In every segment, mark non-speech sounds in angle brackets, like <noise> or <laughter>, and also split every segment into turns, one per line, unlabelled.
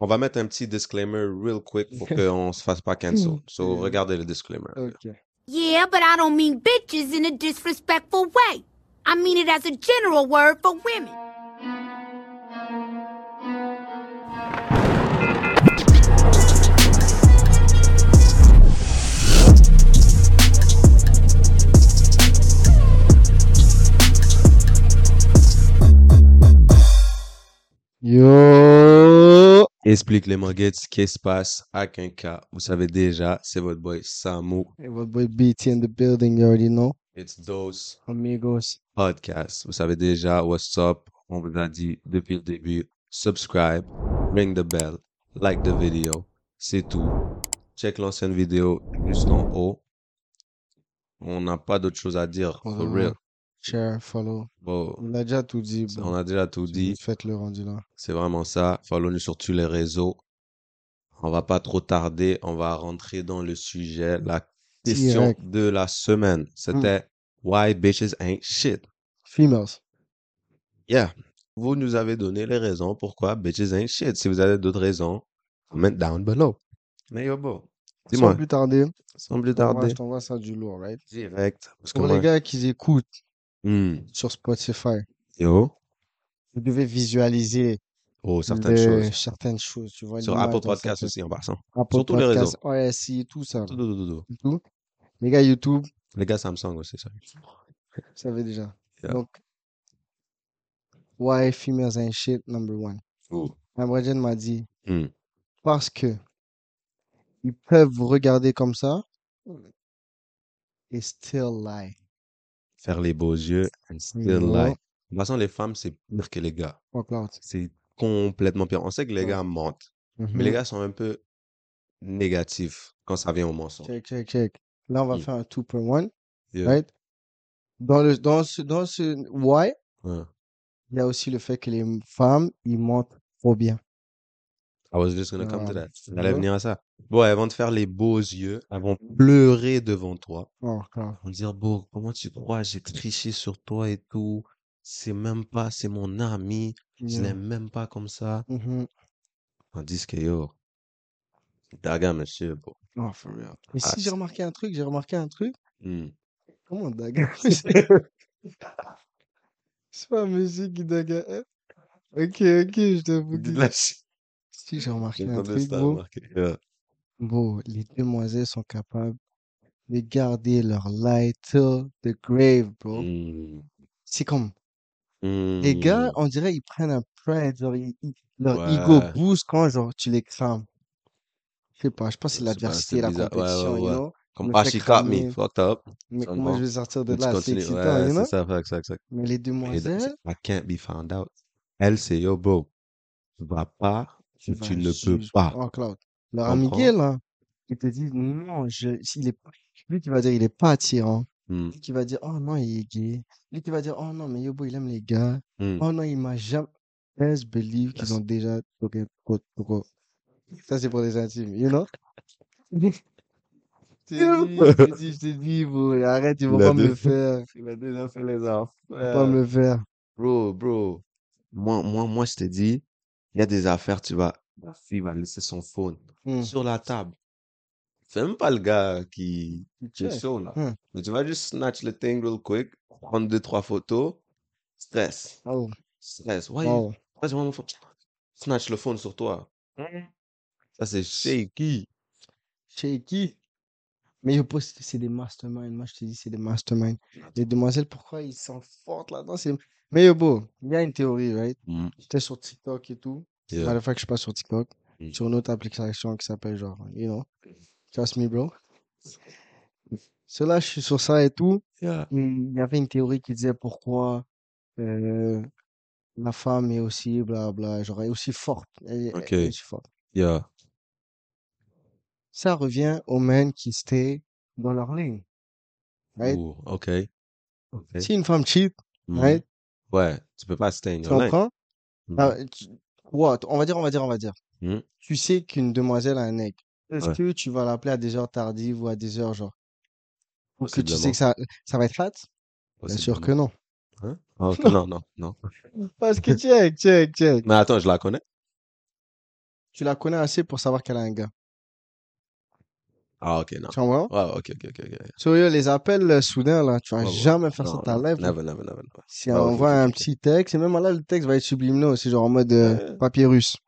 On va mettre un petit disclaimer real quick
<laughs>
pour qu'on se fasse pas cancel. So, regardez le disclaimer.
Hmm. OK.
Yeah, but I don't mean bitches in a disrespectful way. I mean it as a general word for women.
Yo!
Explique les Muggets, qu'est-ce qui se passe à Quinca. Vous savez déjà, c'est votre boy Samu.
Hey, what boy BT in the building, you already know.
It's Dose
Amigos.
Podcast. Vous savez déjà, what's up? On vous a dit depuis le début. Subscribe, ring the bell, like the video. C'est tout. Check l'ancienne vidéo juste en haut. On n'a pas d'autre chose à dire. For
Ouais.
real.
Share, follow.
Bon,
On a déjà tout dit. bon.
on a déjà tout dit.
Faites-le rendu là.
C'est vraiment ça. Follow-nous sur tous les réseaux. On va pas trop tarder. On va rentrer dans le sujet. La question
Direct. Hum.
de la semaine, c'était Why bitches ain't shit?
Females.
Yeah. Vous nous avez donné les raisons pourquoi bitches ain't shit. Si vous avez d'autres raisons, comment down below. Mais yo, bro,
Sans
dis-moi,
plus tarder,
sans plus
moi,
tarder,
je t'envoie ça du lourd, right?
direct. Parce que
Pour les
moi-
gars qui écoutent
Hmm.
sur Spotify,
Yo,
vous devez visualiser
oh, certaines
le-
choses.
certaines choses. Tu vois,
Sur
l'image
Apple
dans
Podcast
certaines-
aussi, en passant.
Apple
Sur tous les
Podcast, RSI, tout ça.
Tout, tout, tout, tout.
Tout. Les gars, YouTube,
Les gars Samsung aussi, ça.
vous savez déjà.
Yeah.
Donc, why females ain't shit, number one. Ambrajen m'a dit
Hmm.
parce que ils peuvent vous regarder comme ça et still lie.
Faire les beaux yeux and still
vois.
lie. De toute façon, les femmes, c'est pire que les gars.
Fuck out. Mm-hmm.
C'est complètement pire. On sait que les
Ouais. Mhm.
gars mentent, mais les gars sont un peu négatifs quand ça vient au mensonge.
Check, check, check. Là, on va
Mm.
faire un two per one,
Yeah.
right? Dans le, dans ce, dans ce why,
Ouais.
il y a aussi le fait que les femmes, ils mentent trop bien.
I was just gonna come to
Ouais.
that. J'allais
Ouais.
venir à ça. Bon, elles vont te faire les beaux yeux, elles vont
Mhm.
pleurer devant toi.
Oh, God.
Elles vont te dire, bon, comment tu crois, j'ai triché sur toi et tout. C'est même pas, c'est mon ami. Je
Yeah.
l'aime même pas comme ça.
Mhm.
Tandis que yo, daga, monsieur, bon.
Oh, for real. Mais
Ah,
si
c'est-
j'ai remarqué un truc, j'ai remarqué un truc.
Hmm.
Comment
<laughs>
Daga? <laughs> C'est pas monsieur qui Daga. hein? Ok, ok, je
<laughs>
t'avoue.
De la shit.
Si j'ai remarqué
J'ai
un
entendu
truc,
ça,
bro.
remarqué. Yeah.
Bro, les demoiselles sont capables de garder leur light till the grave, bro.
Mm.
C'est comme,
Mm.
les gars, on dirait, ils prennent un pride, genre, ils- ils- leur
Ouais.
ego boost quand, genre, tu les crames. Je sais pas, je pense que c'est
Je sais pas, c'est
l'adversité, la
bizarre. Ouais, ouais,
compétition, you
ouais.
know?
Comme
me
pas
fait
she caught me,
cramer.
fucked up.
Mais
Ça me
comment
va.
je vais sortir de
Mais tu
là? C'est
continues.
excitant,
Ouais,
you
c'est
know?
ça, fuck, fuck, fuck.
Mais les
Et donc,
demoiselles,
c'est- I can't be found out. Elle, c'est yo, bro. Tu vas pas,
tu
tu,
vas
tu ne peux
juger.
pas.
Oh, Claude. Leur
Comprends?
ami gay, là, il te dit, non, je, s'il est, lui qui va dire, il est pas attirant.
Mm.
Lui qui va dire, oh non, il est gay. Lui qui va dire, oh non, mais Yobo, il aime les gars.
Mm.
Oh non, il m'a jamais. Let's believe qu'ils ont déjà. Ok, go, go, go. Ça, c'est pour les intimes, you <laughs> know? Je t'ai dit, je t'ai dit, je t'ai dit, bro, arrête, ils vont
Il a
pas me le
dé-
faire.
Il a déjà fait les affaires.
Ils vont pas me le faire.
Bro, bro. Moi, moi, moi, je t'ai dit, il y a des affaires, tu vas. La fille va laisser son phone
Hmm.
sur la table. C'est même pas le gars qui, qui est
Check.
chaud, là.
Hmm.
Mais tu vas juste snatch le thing real quick, prendre deux, trois photos. Stress.
Oh,
Stress. Why you-
wow.
why you want my phone? Snatch le phone sur toi.
Mmh.
Ça, c'est shaky.
Shaky. Mais je pense que c'est des masterminds. Moi, je te dis, c'est des masterminds.
Ah,
Les demoiselles, pourquoi ils sont fortes là-dedans? c'est- Mais Yobo, il y a une théorie, right?
Mm.
J'étais sur TikTok et tout.
Yeah.
La fois que je suis pas sur TikTok,
Mm.
sur une autre application qui s'appelle genre, you know, Trust Me Bro.
Mm.
Cela, je suis sur ça et tout.
Yeah.
Il y avait une théorie qui disait pourquoi euh, la femme est aussi blabla, genre elle est aussi forte. Elle, elle-
Ok.
elle est aussi forte.
Yeah.
Ça revient aux men qui stay dans leur ligne, right?
Ouh, ok. Ok.
Si une femme cheat,
Mm.
right?
Ouais, tu peux pas stay in
Tu
your lane.
comprends?
Mm.
Ah, tu- What? On va dire, on va dire, on va dire.
Hmm.
Tu sais qu'une demoiselle a un nec. Est-ce
Ouais.
que tu vas l'appeler à des heures tardives ou à des heures genre? Parce que tu sais
Possiblement.
que ça, ça va être fat? Bien sûr que non.
Hein? Ah, ok,
<laughs>
non, non, non.
Parce que check, check, check.
Mais attends, je la connais.
tu la connais assez pour savoir qu'elle a un gars.
Ah, ok, non.
Tu comprends?
Ouais, ok, ok, ok. ok.
So, yo, les appels euh, soudains, là, tu vas
Ouais, ouais.
jamais faire ça hein.
Non,
de ta
non,
live. là.
Never, never, never, never.
Si
Ah,
on
ok,
envoie
ok,
un
ok.
petit texte, et même là, le texte va être subliminal, c'est genre en mode euh,
Ouais.
papier russe. <laughs>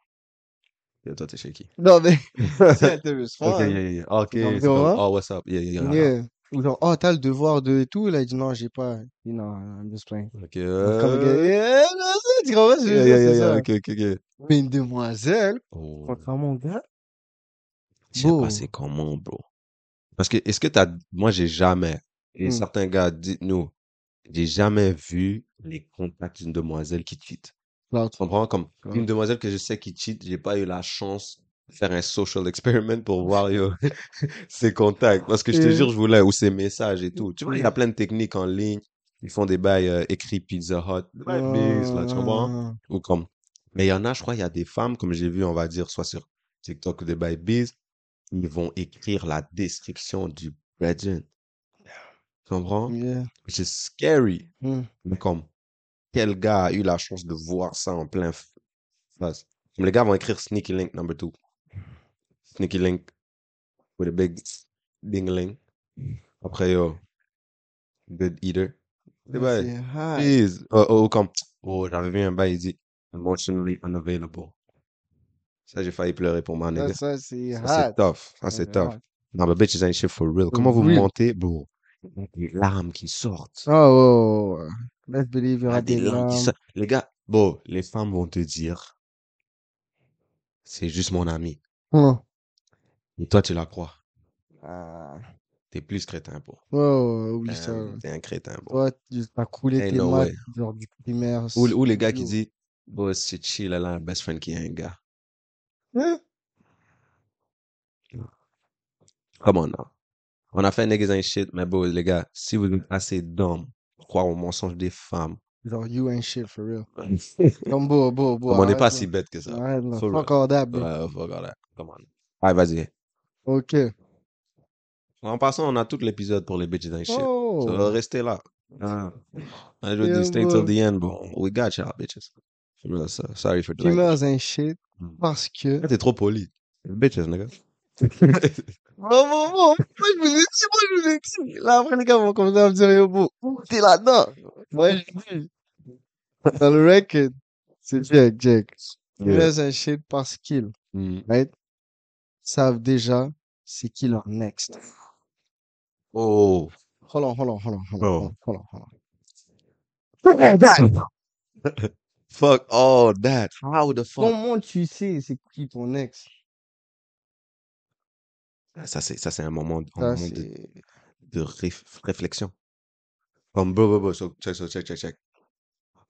Yo, toi, t'es chez qui?
Non,
<laughs>
mais si elle te veut, c'est
Ok,
pas,
yeah, yeah, yeah. Ok,
Dans le
c'est comme,
Dora.
oh, what's up? Yeah, yeah,
hein.
yeah.
Yeah. Ou genre, oh, t'as le devoir de et tout. Il a dit non, j'ai pas. Il dit non, I'm just playing.
Ok.
Comme le gars, yeah, non, c'est- tu comprends ce que je veux
Yeah,
dire,
yeah, yeah,
c'est
yeah,
ça.
ok, ok, ok.
Mais une demoiselle,
Oh,
contrairement au gars,
je sais pas,
beau.
c'est comment, bro? Parce que, est-ce que t'as, moi, j'ai jamais, et
Hmm.
certains gars, dites-nous, j'ai jamais vu les contacts d'une demoiselle qui cheat.
Cloud.
Tu comprends? Comme
Ouais.
une demoiselle que je sais qui cheat, j'ai pas eu la chance de faire un social experiment pour voir, yo, <laughs> ses contacts. Parce que je te
Yeah.
jure, je voulais, ou ses messages et tout. Tu vois, il y a
Yeah.
plein de techniques en ligne. Ils font des bails euh, écrits Pizza Hut. Des bails base, là, tu comprends? hein.
Ah.
ou comme mais il y en a je crois il y a des femmes comme j'ai vu on va dire soit sur TikTok ou des by Biz ils vont écrire la description du Bridget tu comprends
Yeah.
c'est scary
Hmm.
mais comme quel gars a eu la chance de voir ça en plein f- face comme les gars vont écrire sneaky link number two sneaky link with a big dingling après yo good eater des bails
C'est high.
Please. Oh, oh, comme, oh, j'avais vu un bail, il dit emotionally unavailable. Ça, j'ai failli pleurer pour ma
Ça,
nigga.
ça, c'est
Ça, c'est
hot.
tough. Ça, c'est tough. Non, mais bitch, is ain't shit for real. Comment vous
real.
mentez, bro? Il y a des larmes qui sortent.
Oh, oh, oh. Let's believe il y
Il y
aura
a des
des
larmes qui
larmes.
sortent. Les gars, bon, les femmes vont te dire, c'est juste mon ami.
Hmm.
Et toi, tu la crois.
Ah.
T'es plus crétin, bro.
Oh, oublie ça.
Euh, T'es un crétin, bro.
Toi, tu t'as coulé
Ain't
tes
no
maths,
way.
genre du primaire.
Ou, ou les gars qui
yo.
disent, bon, c'est chill, elle a un best friend qui est un gars.
Hein?
Come on now. On a fait niggas ain't shit, mais bon, les gars, si vous êtes assez dumb pour croire aux mensonges des
<laughs>
femmes,
Genre, you ain't shit for real.
comme
Comme beau, beau, beau.
on n'est
arrête
pas
là.
si bête que ça.
Arrête là.
For real.
Fuck all that, bitch.
Ouais, fuck all that. Come on. Allez, vas-y.
Ok.
En passant, on a tout l'épisode pour les bitches ain't shit.
Oh.
So, restez là. Ah. I would
Yeah,
do stay till
bro.
the end, bro. We got y'all, bitches. For real, so, Sorry for the
Tu
language.
meurs un shit
Mm.
parce que.
Ah, T'es trop poli. Bitches,
<laughs>
nigga.
Bon, bon, bon. Moi, je vous ai dit, moi, je vous ai dit. Là, après, les gars vont commencer à me dire, yo, beau. T'es là-dedans. Moi, je dis. Dans le record, c'est Jack, Jack. Tu
Yeah.
meurs un shit parce qu'ils,
Mm.
right? Savent déjà c'est qui leur next.
Oh.
Hold on, hold on, hold on, hold
Bro.
on, hold on, hold on.
Fuck all that. How the fuck?
Comment tu sais c'est qui ton ex?
Ça, c'est, ça, c'est un moment, un
Ça,
moment de
c'est-
de réf- réflexion. Comme, bro, bro, bro, so- check, so- check, check, check.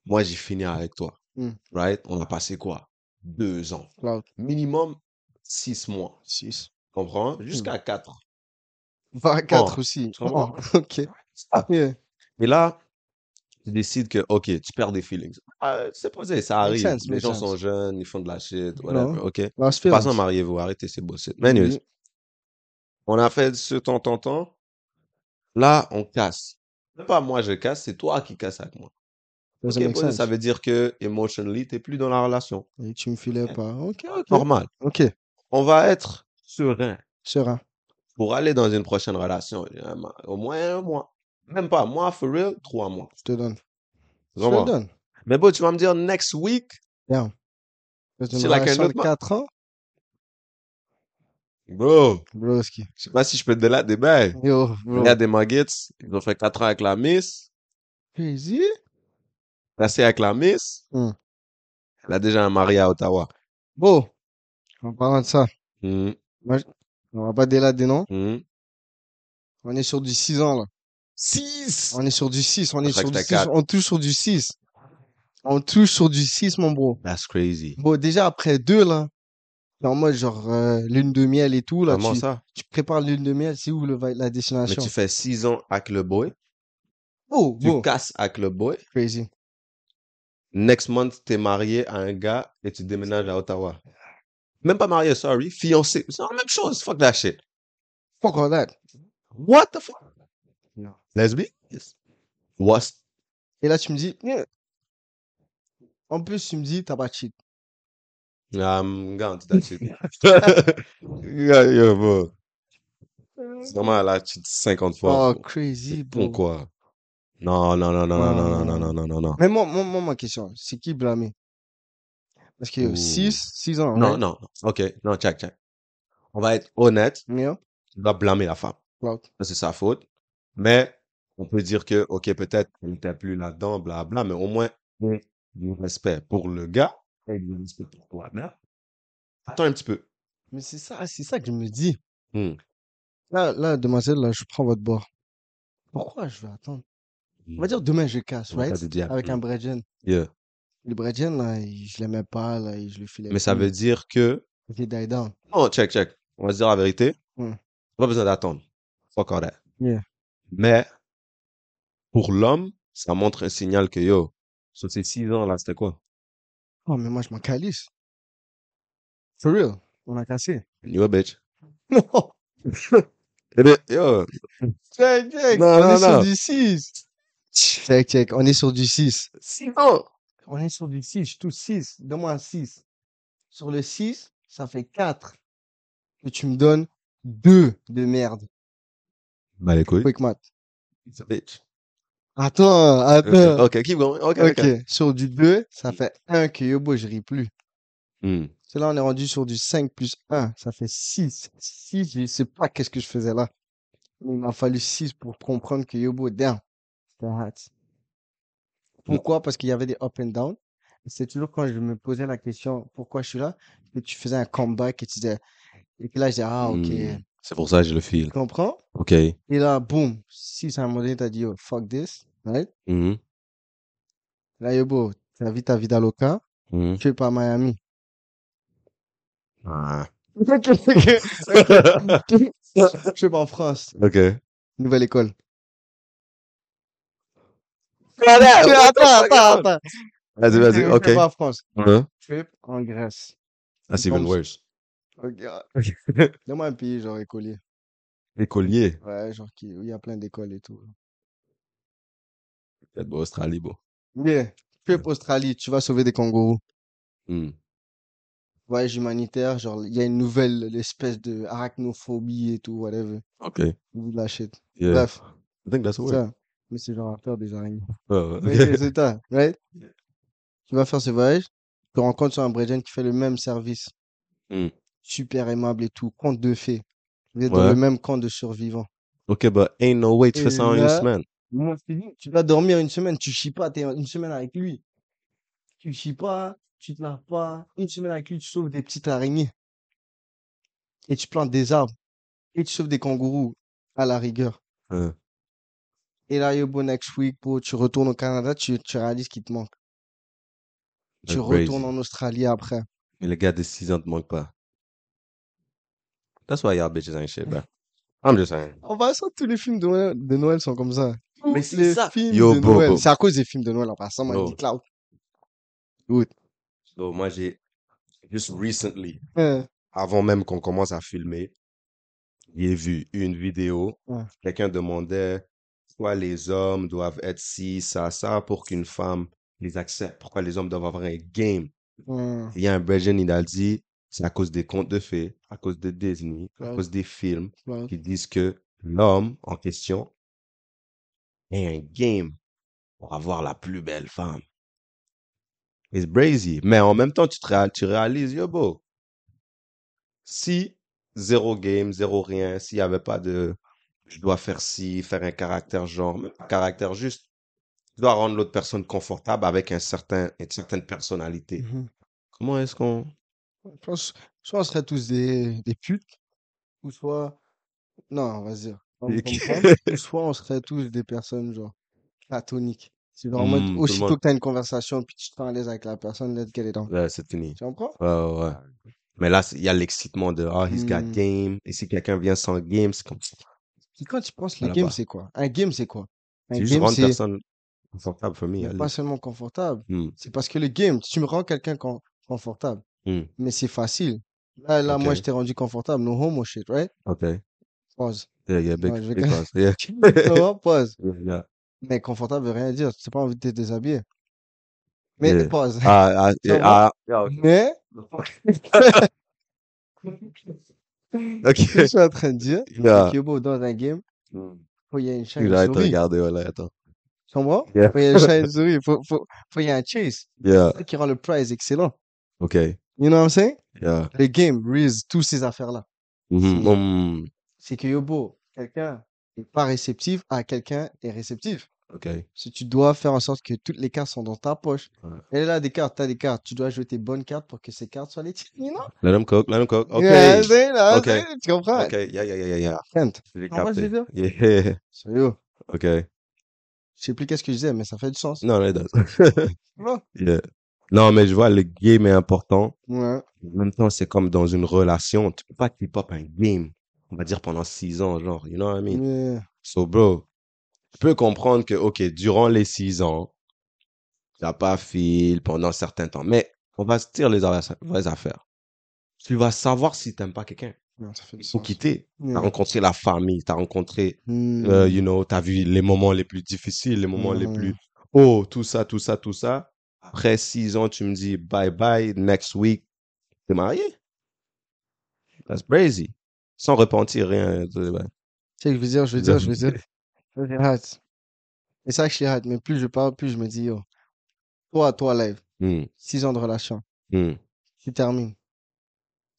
Moi, j'ai fini avec toi.
Mm.
Right? On a passé quoi? Deux ans.
Cloud.
Minimum six mois.
6.
Comprends?
Hmm.
Jusqu'à quatre.
Enfin, 4
Oh,
aussi.
tu comprends?
Oh, ok.
Ah.
<laughs> Yeah.
Et là, tu décides que, OK, tu perds des feelings. Ah, c'est posé, ça
Makes
arrive.
sense,
Les
makes
gens
sense.
sont jeunes, ils font de la shit, whatever.
Non. Hmm.
OK?
Last feelings.
Passons, mariez-vous, arrêtez ces bullshit. Mais anyways,
Oui.
on a fait ce temps, temps, temps. Là, on casse. Même pas moi, je casse, c'est toi qui casses avec moi.
Doesn't
Ok,
make
posé, ça
sense.
veut dire que emotionally, t'es plus dans la relation.
Et tu me filais pas. Ok, Ah, ok.
Normal.
Ok.
On va être serein
Serein.
pour aller dans une prochaine relation. généralement. Au moins un mois. Même pas, moi, for real, trois mois.
Je te donne. Je te
Vraiment.
donne.
Mais bon, tu vas me dire next week.
Parce que
C'est
une
la
relation de
cagnotte, moi.
4 ans.
Bro,
Broski.
je sais pas si je peux te délater des bails.
Yo, bro.
Il y a des Muggets, ils ont fait quatre ans avec la Miss.
Crazy.
Passé avec la Miss.
Hmm.
Elle a déjà un mari à Ottawa.
Bon. En parlant de ça,
Hmm,
on va pas délader, non?
hmm.
On est sur du 6 ans, là.
Six!
On est sur du 6. On
Je
est
crois
sur
que
du
c'était
6.
quatre.
On touche sur du 6. On touche sur du 6, mon bro.
That's crazy.
Bon, déjà après deux, là, t'es en mode genre euh, lune de miel et tout, là,
Comment
tu,
ça?
tu prépares lune de miel, c'est où le, va- la
Mais
destination?
tu fais six ans avec le boy.
Oh,
Tu
bon,
casses avec le boy.
crazy.
Next month, t'es marié à un gars et tu déménages à Ottawa. Même pas marié, sorry, fiancé. C'est la même chose. Fuck that shit.
Fuck all that.
What the fuck?
Non.
Lesbian? Yes. What?
Et là, tu me dis, Yeah. en plus, tu me dis, t'as pas cheat.
I'm gone to that shit.
<laughs> Yeah, yeah, bro.
Normal, là, tu dis 50 fois.
Oh, crazy, bro.
Pourquoi? Non, non, non, non, non, non, non, non, non, non, non.
Mais moi, moi, moi, ma question, c'est qui blâmer? Parce qu'il y a
Ouh.
6, 6 ans.
Non, non. OK. Non, check, check. On va être honnête.
non. Yeah.
On doit blâmer la femme.
Wow.
Ça, C'est sa faute. Mais on peut dire que, OK, peut-être qu'elle n'était plus là-dedans, blabla, mais au moins, il y a du respect pour le gars et du respect pour toi. Mais attends un petit peu.
Mais c'est ça, c'est ça que je me dis.
Hmm.
Là, là, demoiselle, là, je prends votre bord. Pourquoi je vais attendre? On va dire demain, je casse,
On va
right?
pas te dire.
Avec un
Hmm.
Bredgen.
Yeah.
Le Bredgen, là, il- je l'aimais pas, là, il- je le filais.
Mais ça
plus.
veut dire que...
Il est die down.
Non, check, check. On va se dire la vérité.
Hmm.
Pas besoin d'attendre. Fuck all that.
Yeah.
Mais pour l'homme, ça montre un signal que, yo, sur ces six ans-là, c'était quoi?
Oh, mais moi, je m'en calisse. For real. On a cassé. <laughs>
You a bitch.
Non!
Eh ben,
<laughs>
yo,
Check, check.
Non,
on
non,
est sur
non.
du 6. Check, check. On est sur du 6.
ans.
On est sur du 6. Je touche 6. Donne-moi un 6. Sur le 6, ça fait 4. Que tu me donnes 2 de merde.
Bah, les couilles.
Quick math.
It's a bitch.
Attends, attends.
Ok, keep going. Ok,
Euh, Ok.
ok.
Sur du 2, ça fait 1 que Yobo, je ris plus.
Hmm.
C'est là, on est rendu sur du 5 plus 1. Ça fait 6. 6, je sais pas qu'est-ce que je faisais là. Mais il m'a fallu 6 pour comprendre que Yobo, damn, c'était hot. Pourquoi? Parce qu'il y avait des up and down. Et C'est toujours quand je me posais la question, pourquoi je suis là, que tu faisais un comeback et tu disais, et que là, je disais, ah, ok,
Hmm. C'est pour ça que j'ai le feel.
tu comprends?
Ok.
Et là, boum, 6 à un moment donné, t'as dit, oh, fuck this, right?
Hmm.
Là, Yobo, t'as vu ta vie d'Aloca,
Hmm.
tu es pas
<coughs>
à Miami.
Ah.
Je suis pas en France.
ok.
Nouvelle école. attends, attends, attends.
Vas-y, vas-y.
Je vais
Ok.
pas en France.
Hein?
Trip en Grèce.
That's even
Comme-
worse.
Ok. <laughs> Donne-moi un pays, genre écolier.
Écolier.
Ouais, genre qui, où il y a plein d'écoles et tout.
Peut-être bon, Australie, bon.
Yeah. Trip Australie, tu vas sauver des kangourous.
Hmm.
Voyage humanitaire, genre, il y a une nouvelle espèce de arachnophobie et tout, whatever.
Ok.
Ou de la shit.
Yeah.
Bref,
I think that's a word.
ça. Mais Bah, c'est genre à peur des <laughs> araignées.
Oh,
Mais
ok.
c'est ça, right? Tu vas faire ce voyage, tu te rencontres sur un Brédien qui fait le même service.
Hmm.
Super aimable et tout, conte de fées. Vous êtes dans
Ouais.
le même camp de survivants.
Ok, but ain't no way tu fais ça en
Et
une
là-
semaine.
Moi, je te dis, tu vas dormir une semaine, tu chies pas, t'es une semaine avec lui. Tu chies pas, tu te laves pas, une semaine avec lui, tu sauves des petites araignées. Et tu plantes des arbres. Et tu sauves des kangourous, à la rigueur.
Hein.
Et là, Yobo, next week, bro, tu retournes au Canada, tu, tu réalises qu'il te manque. Tu
That's crazy.
retournes en Australie après.
Mais les gars de 6 ans ne te manquent pas. That's why y'all bitches ain't shit, bro. I'm just saying.
En passant, tous les films de Noël, de Noël sont comme ça.
Mais
Tous
c'est
les
ça.
films
Yo,
de
bro,
Noël.
bro.
C'est à cause des films de Noël, en passant, moi,
Bro.
je dis cloud.
So, moi, j'ai, just recently,
Euh,
avant même qu'on commence à filmer, j'ai vu une vidéo.
Ouais.
Quelqu'un demandait pourquoi les hommes doivent être ci, ça, ça pour qu'une femme les accepte. Pourquoi les hommes doivent avoir un game.
Hum,
Il y a un Belgian, il a dit, c'est à cause des contes de fées, à cause de Disney, à
Ouais.
cause des films
hum,
qui disent que l'homme en question est un game pour avoir la plus belle femme. It's brazy. Mais en même temps, tu, te réal- tu réalises, yo, beau. Si zéro game, zéro rien, s'il n'y avait pas de je dois faire ci, faire un caractère genre, même un caractère juste, tu dois rendre l'autre personne confortable avec un certain, une certaine personnalité.
hum.
Comment est-ce qu'on.
Je pense, soit on serait tous des, des putes, ou soit, non, vas-y, on va
Et
me
qui-
comprendre,
<laughs>
ou soit on serait tous des personnes, genre, platoniques. C'est genre en mode,
Hmm, tout le
aussitôt
monde.
que t'as une conversation, puis tu te sens à l'aise avec la personne, let's get it on.
Ouais, c'est fini.
Tu comprends?
Ouais, ouais, ouais. Mais là, c'est- il y a l'excitement de Ah, he's got
Hmm.
game. Et si quelqu'un vient sans game, c'est comme
Puis quand tu penses, le
Voilà,
game,
bah.
c'est quoi? Un game, c'est quoi? Un
C'est juste
Ben, game,
rendre
c'est
personne confortable pour
mais
me.
pas seulement confortable.
Hmm.
C'est parce que le game, tu me rends quelqu'un con- confortable,
Hmm.
mais c'est facile. Là, là, moi,
Ok.
je t'ai rendu confortable, no homo shit, right?
Ok. <laughs>
Pause.
Yeah, yeah, big,
Non, je vais
big
quand- <laughs>
pause. Yeah.
Non, pause.
Yeah,
<laughs>
yeah.
Mais confortable veut rien dire. Tu n'as pas envie de te déshabiller. Mais
Yeah.
pause.
Ah, ah,
Ça
yeah,
va?
ah, yeah, ok.
<laughs> Mais <laughs> Ce que je
<laughs> Ok.
suis en train
<laughs>
de dire,
Yeah. Mm.
c'est que Yobo, dans un game, faut il y a une chaîne
Il
de
arrête de
souris.
regarder, voilà, attends.
Tu comprends?
Yeah.
Faut il y a une chaîne
<laughs>
de souris. Faut, faut, faut il y a un chase.
Yeah.
C'est ça qui rend le prize excellent.
Ok.
You know what I'm saying?
Yeah.
Le game raise tous ces affaires-là.
Mhm.
Si.
Mm.
C'est que Yobo, quelqu'un est pas réceptif à quelqu'un est réceptif.
Ok.
Si tu dois faire en sorte que toutes les cartes sont dans ta poche.
Ouais.
Elle est là, des cartes, t'as des cartes. Tu dois jouer tes bonnes cartes pour que ces cartes soient les tiennes, you know?
Let him cook. Let him cook. Ok.
Yeah, c'est là,
Ok.
c'est- Tu comprends?
Ok. Yeah, yeah, yeah, yeah, yeah.
Kent,
Je l'ai
Ah, moi, je
capté. Yeah. <laughs>
sérieux,
Ok.
je sais plus qu'est-ce que je disais, mais ça fait du sens.
Non, it does. Mmh.
Bon.
Yeah. Non, mais je vois, le game est important.
Ouais.
En même temps, c'est comme dans une relation. Tu peux pas keep up un game, on va dire pendant six ans, genre. You know what I mean?
Mais-
So, bro, je peux comprendre que, OK, durant les six ans, t'as pas fil pendant un certain temps, mais on va se dire les vraies vraies affaires. Tu vas savoir si t'aimes pas quelqu'un.
Non, ça fait du
Il faut
sens.
quitter.
Ouais.
T'as rencontré la famille, t'as rencontré,
Hmm.
euh, you know, t'as vu les moments les plus difficiles, les moments les
Ouais.
plus, oh, tout ça, tout ça, tout ça. Après six ans, tu me dis bye bye, next week, t'es marié. That's crazy. Sans repentir, rien. euh, ouais.
Tu sais, je veux dire, je veux dire, je veux dire. Ça, J'ai hâte. Et ça, que j'ai hâte. Mais plus je parle, plus je me dis, yo, toi, toi, live,
Hmm,
six ans de relation,
hmm.
tu termines.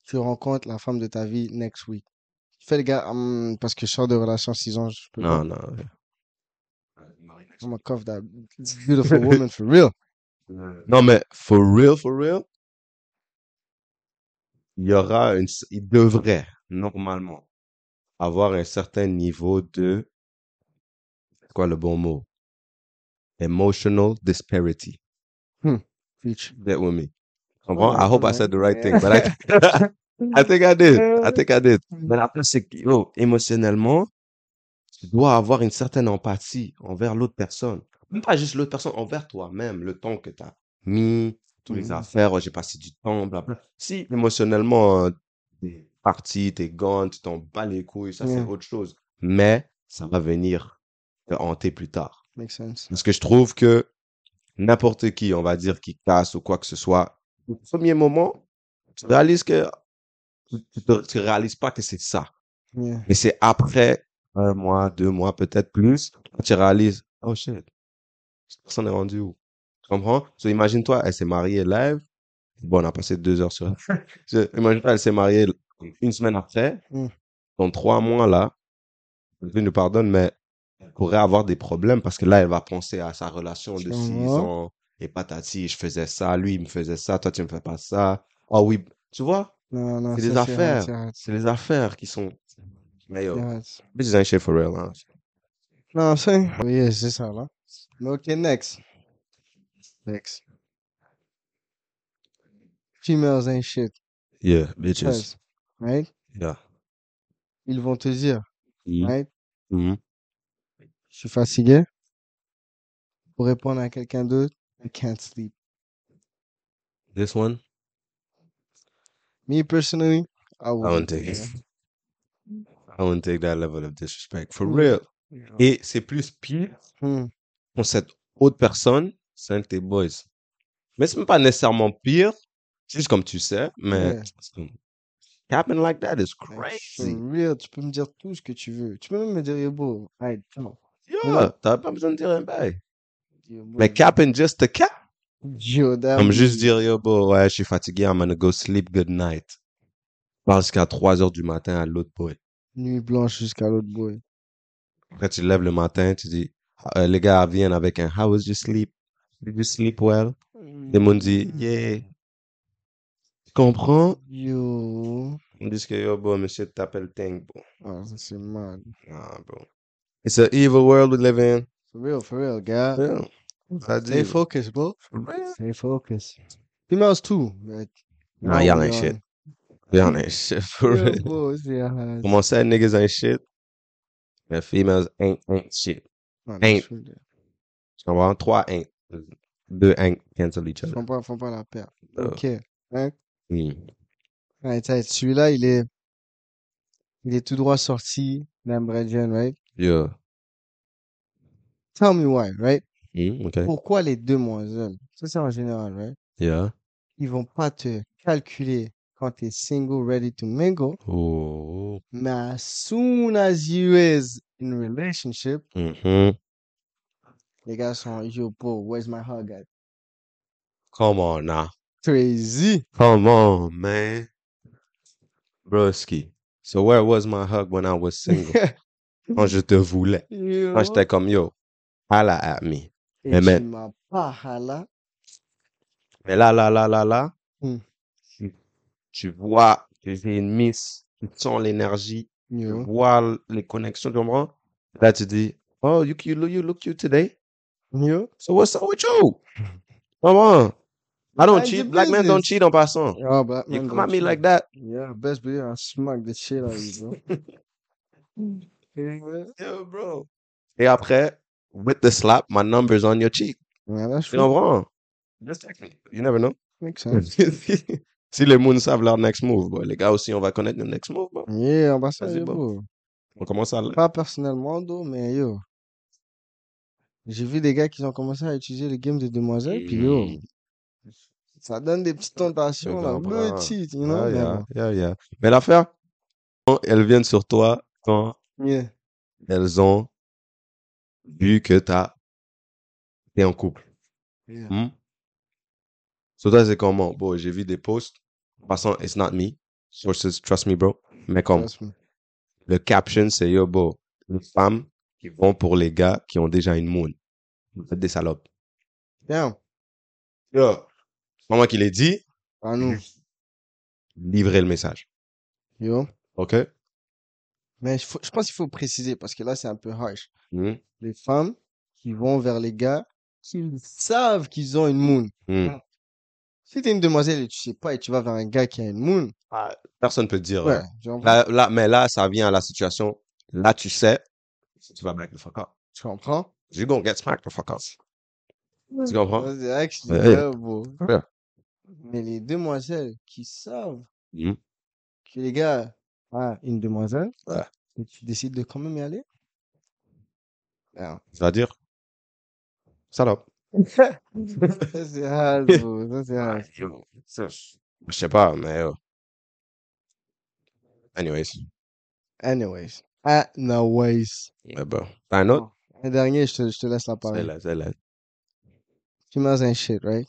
Tu rencontres la femme de ta vie next week. Tu fais le gars, hum, parce que je sors de relation six ans, je peux
Non,
pas.
non.
I'm gonna cuff that beautiful woman for real.
Non, mais for real, for real, il y aura une, c- il devrait, normalement, avoir un certain niveau de, c'est quoi le bon mot? Emotional disparity.
Preach.
Get with me. Comprends?
Ouais,
I hope I
ouais.
said the right thing, but I, <laughs> I think I did. I think I did. Mais après, c'est que, yo, émotionnellement, tu dois avoir une certaine empathie envers l'autre personne. Même pas juste l'autre personne, envers toi-même, le temps que tu as mis, toutes les
Mhm.
affaires, oh, j'ai passé du temps, blablabla. Si émotionnellement, euh, t'es parti, t'es gone, tu t'en bats les couilles, ça c'est
Ouais.
autre chose. Mais ça va venir te hanter plus tard.
Makes sense.
Parce que je trouve que n'importe qui, on va dire, qui casse ou quoi que ce soit, au premier moment, tu réalises que tu, tu te- tu réalises pas que c'est ça.
Yeah.
Mais c'est après un mois, deux mois, peut-être plus, quand tu réalises, oh shit, cette personne est rendue où? Tu comprends? So, imagine-toi, elle s'est mariée live. Bon, on a passé deux heures sur <laughs> elle. Je- Imagine-toi, elle s'est mariée une semaine après.
Mm.
Dans trois mois, là, Dieu nous pardonne, mais elle pourrait avoir des problèmes parce que là, elle va penser à sa relation de
Tu
six
vois?
ans. Et patati, je faisais ça, lui, il me faisait ça, toi, tu me fais pas ça. Ah oui, tu vois?
Non, non,
C'est des
ça, c'est hot,
affaires.
c'est hot,
C'est les affaires qui sont... Mais yo,
c'est hot.
Bitches ain't shit for real, hein.
Non, c'est. Oui, c'est ça, là. Mais ok, next. Next. Females ain't shit.
Yeah, bitches.
Yes. Right?
Yeah.
Ils vont te dire, right?
Mhm.
Je suis fatigué. Pour répondre à quelqu'un d'autre, I can't sleep.
This one,
Me personally, I
I won't take it. I won't take that level of disrespect. For real. Et c'est plus pire
Hmm.
pour cette autre personne, c'est un de tes boys. Mais c'est même pas nécessairement pire, c'est juste comme tu sais, mais
Yeah.
c'est comme- happening like that is
Like,
crazy.
For real, tu peux me dire tout ce que tu veux. Tu peux même me dire, yo, bro, arrête, ciao.
Yeah, t'as pas besoin de dire un bail.
Yo, bro,
Mais capping just a cap.
yo, that
Comme
was-
juste dire, yo, bro, ouais, je suis fatigué, I'm gonna go sleep, good night. Parce qu'à 3 heures du matin à l'autre boy.
Nuit blanche jusqu'à l'autre boy.
Quand tu te lèves le matin, tu dis, euh, les gars viennent avec un How was your sleep? Did you sleep well? Les gens disent, Yeah. Tu comprends?
Yo.
On dit que yo, bro, monsieur t'appelle Tank, bro.
Ah, ça, c'est mal.
Nah, bro. Ah, It's an evil world we live in.
For real, for real, gars.
Yeah. I
Stay
do.
focused, bro.
Nah,
Stay focused. Females too. Like,
Nah,
now
y'all
we
ain't
on- <laughs>
shit. Y'all ain't shit for
Yeah,
real.
bro, it's their hands.
Comme on said, niggas ain't shit. Mais females ain't, ain't shit.
Non,
Hey.
je suis-
Tu comprends? Trois ain't. Deux ain't cancel each
Ils
other.
font pas, font pas la paire.
Oh.
Ok. Hein?
Hmm.
Right, right. Celui-là, il est, il est tout droit sorti d'Ambredian, right?
Yeah.
Tell me why, right?
Hmm, okay. Mm,
Pourquoi les demoiselles? Ça, c'est en général, right?
Yeah.
Ils vont pas te calculer quand t'es single, ready to mingle.
Oh.
Mais as soon as you is in a relationship, Mm-hmm.
Mhm.
les gars sont, yo, bro, where's my hug at?
Come on now.
Crazy.
Come on, man. Broski. So where was my hug when I was
<laughs>
single? Quand je te voulais.
Yo.
Quand j'étais comme yo. Holla at me.
Et
Mais
tu
man.
m'as pas râlé.
Mais là, là, là, là, là.
Hmm.
Tu, tu vois que j'ai une miss. Tu sens l'énergie. Tu
Yo.
vois l- les connexions, tu comprends? Là, tu dis, oh, you, you, look- you look cute today.
Yo.
So what's up with you?
<laughs>
Come on. I don't
Mind your
cheat. Black men don't
business.
cheat en passant.
Oh, but
You come at me like that.
Yeah, best believe I smack the shit out of you,
<laughs>
bro.
Yo, bro. Et après, with the slap, my number's on your cheek.
yeah, that's
Tu
true.
comprends? Just text me. You never know. <laughs>
Makes sense.
si les moons savent leur next move, boy, les gars aussi, on va connaître le next move. boy.
Yeah, bah ça,
Vas-y,
yo,
Bob.
bro.
On commence à...
Pas personnellement, d'eau, mais yo. J'ai vu des gars qui ont commencé à utiliser le game de demoiselles, puis yo,
Mm.
ça donne des petites tentations,
Je
là,
comprends.
petites, you know?
Ah,
mais
yeah, yeah, yeah. Mais l'affaire, elles viennent sur toi quand
bon. Yeah.
elles ont vu que t'as... t'es en couple.
Yeah.
Hmm? So toi, c'est comment? Bon, j'ai vu des posts. En passant, it's not me. Sources, trust me, bro. Mais comme,
Trust me.
le caption, c'est yo, bro, les femmes qui vont pour les gars qui ont déjà une moon. Vous êtes des salopes.
Damn.
Yo. C'est pas moi qui l'ai dit.
À nous.
Livrez le message.
Yo.
OK?
Mais il faut- je pense qu'il faut préciser, parce que là, c'est un peu harsh.
Hmm?
Les femmes qui vont vers les gars qui savent qu'ils ont une moon.
Hmm.
Si t'es une demoiselle et tu sais pas et tu vas vers un gars qui a une moon,
Personne peut te dire.
ouais,
hein.
genre,
Là, là, mais là, ça vient à la situation. Là, tu sais, tu vas back the fuck up.
tu comprends?
You gonna get smacked the fuck up. Tu comprends?
Ça, C'est actually
Ouais.
là, bro.
Ouais.
Mais les demoiselles qui savent
Mhm.
que les gars a une demoiselle,
Ouais.
et tu décides de quand même y aller? Non.
Ça veut dire, salope.
<laughs> Ça, c'est hard, bro. Ça, c'est hard.
Yo, ça, Je je sais pas, mais. euh, Anyways.
Anyways. Ah, Anyways.
Mais bon. T'as un autre?
Un dernier, je te, je te laisse la parole.
Celle-là, celle-là.
Females and shit, right?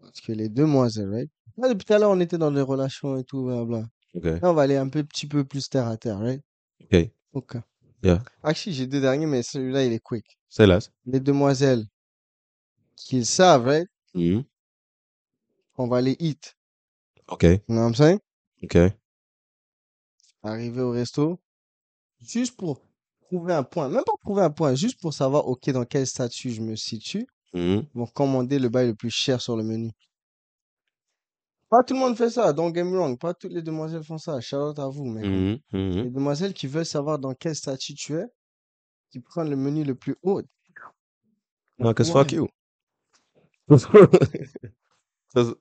Parce que les demoiselles, right? Là, depuis tout à l'heure, on était dans des relations et tout, blablabla.
Ok.
Là, on va aller un peu, petit peu plus terre à terre, right?
Ok.
Ok.
Yeah.
Actually, j'ai deux derniers, mais celui-là, il est quick.
Celle-là.
Les demoiselles qu'ils savent, right?
Mhm.
On va les hit.
Ok.
You know what I'm saying?
Ok.
Arriver au resto, juste pour prouver un point. Même pas prouver un point, juste pour savoir, OK, dans quel statut je me situe.
Mhm.
Ils vont commander le bail le plus cher sur le menu. Pas tout le monde fait ça, don't get me wrong. Pas toutes les demoiselles font ça. Shout out à vous, mec.
Mhm. Mhm.
Les demoiselles qui veulent savoir dans quel statut tu es, qui prennent le menu le plus haut.
Non, cause
Ouais.
fuck you. 'Cause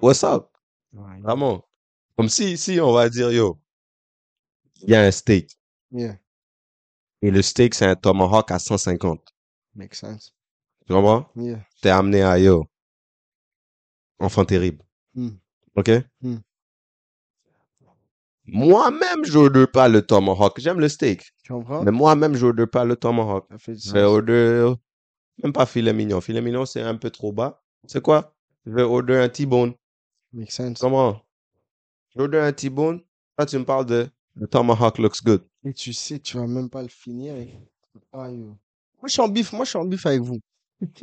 What's up? Vraiment. Comme si, si on va dire, yo, il y a un steak.
Yeah,
Et le steak, c'est un tomahawk à 150.
makes sense.
Tu comprends?
Yeah.
t'es amené à yo. Enfant terrible.
Hmm.
OK?
Hmm.
Moi-même, je n'ordre pas le tomahawk. J'aime le steak.
Tu comprends?
Mais moi-même, je n'ordre pas le tomahawk.
Ça fait du
Je vais
sens.
order même pas filet mignon. Filet mignon, c'est un peu trop bas. C'est quoi? Je vais order un T-bone.
Makes sense.
Comment? J'order un T-bone. Là, tu me parles de le tomahawk looks good.
Et tu sais, tu vas même pas le finir. et- Ah, yo. Moi, je suis en bif, moi, je suis en bif avec
<laughs>
vous.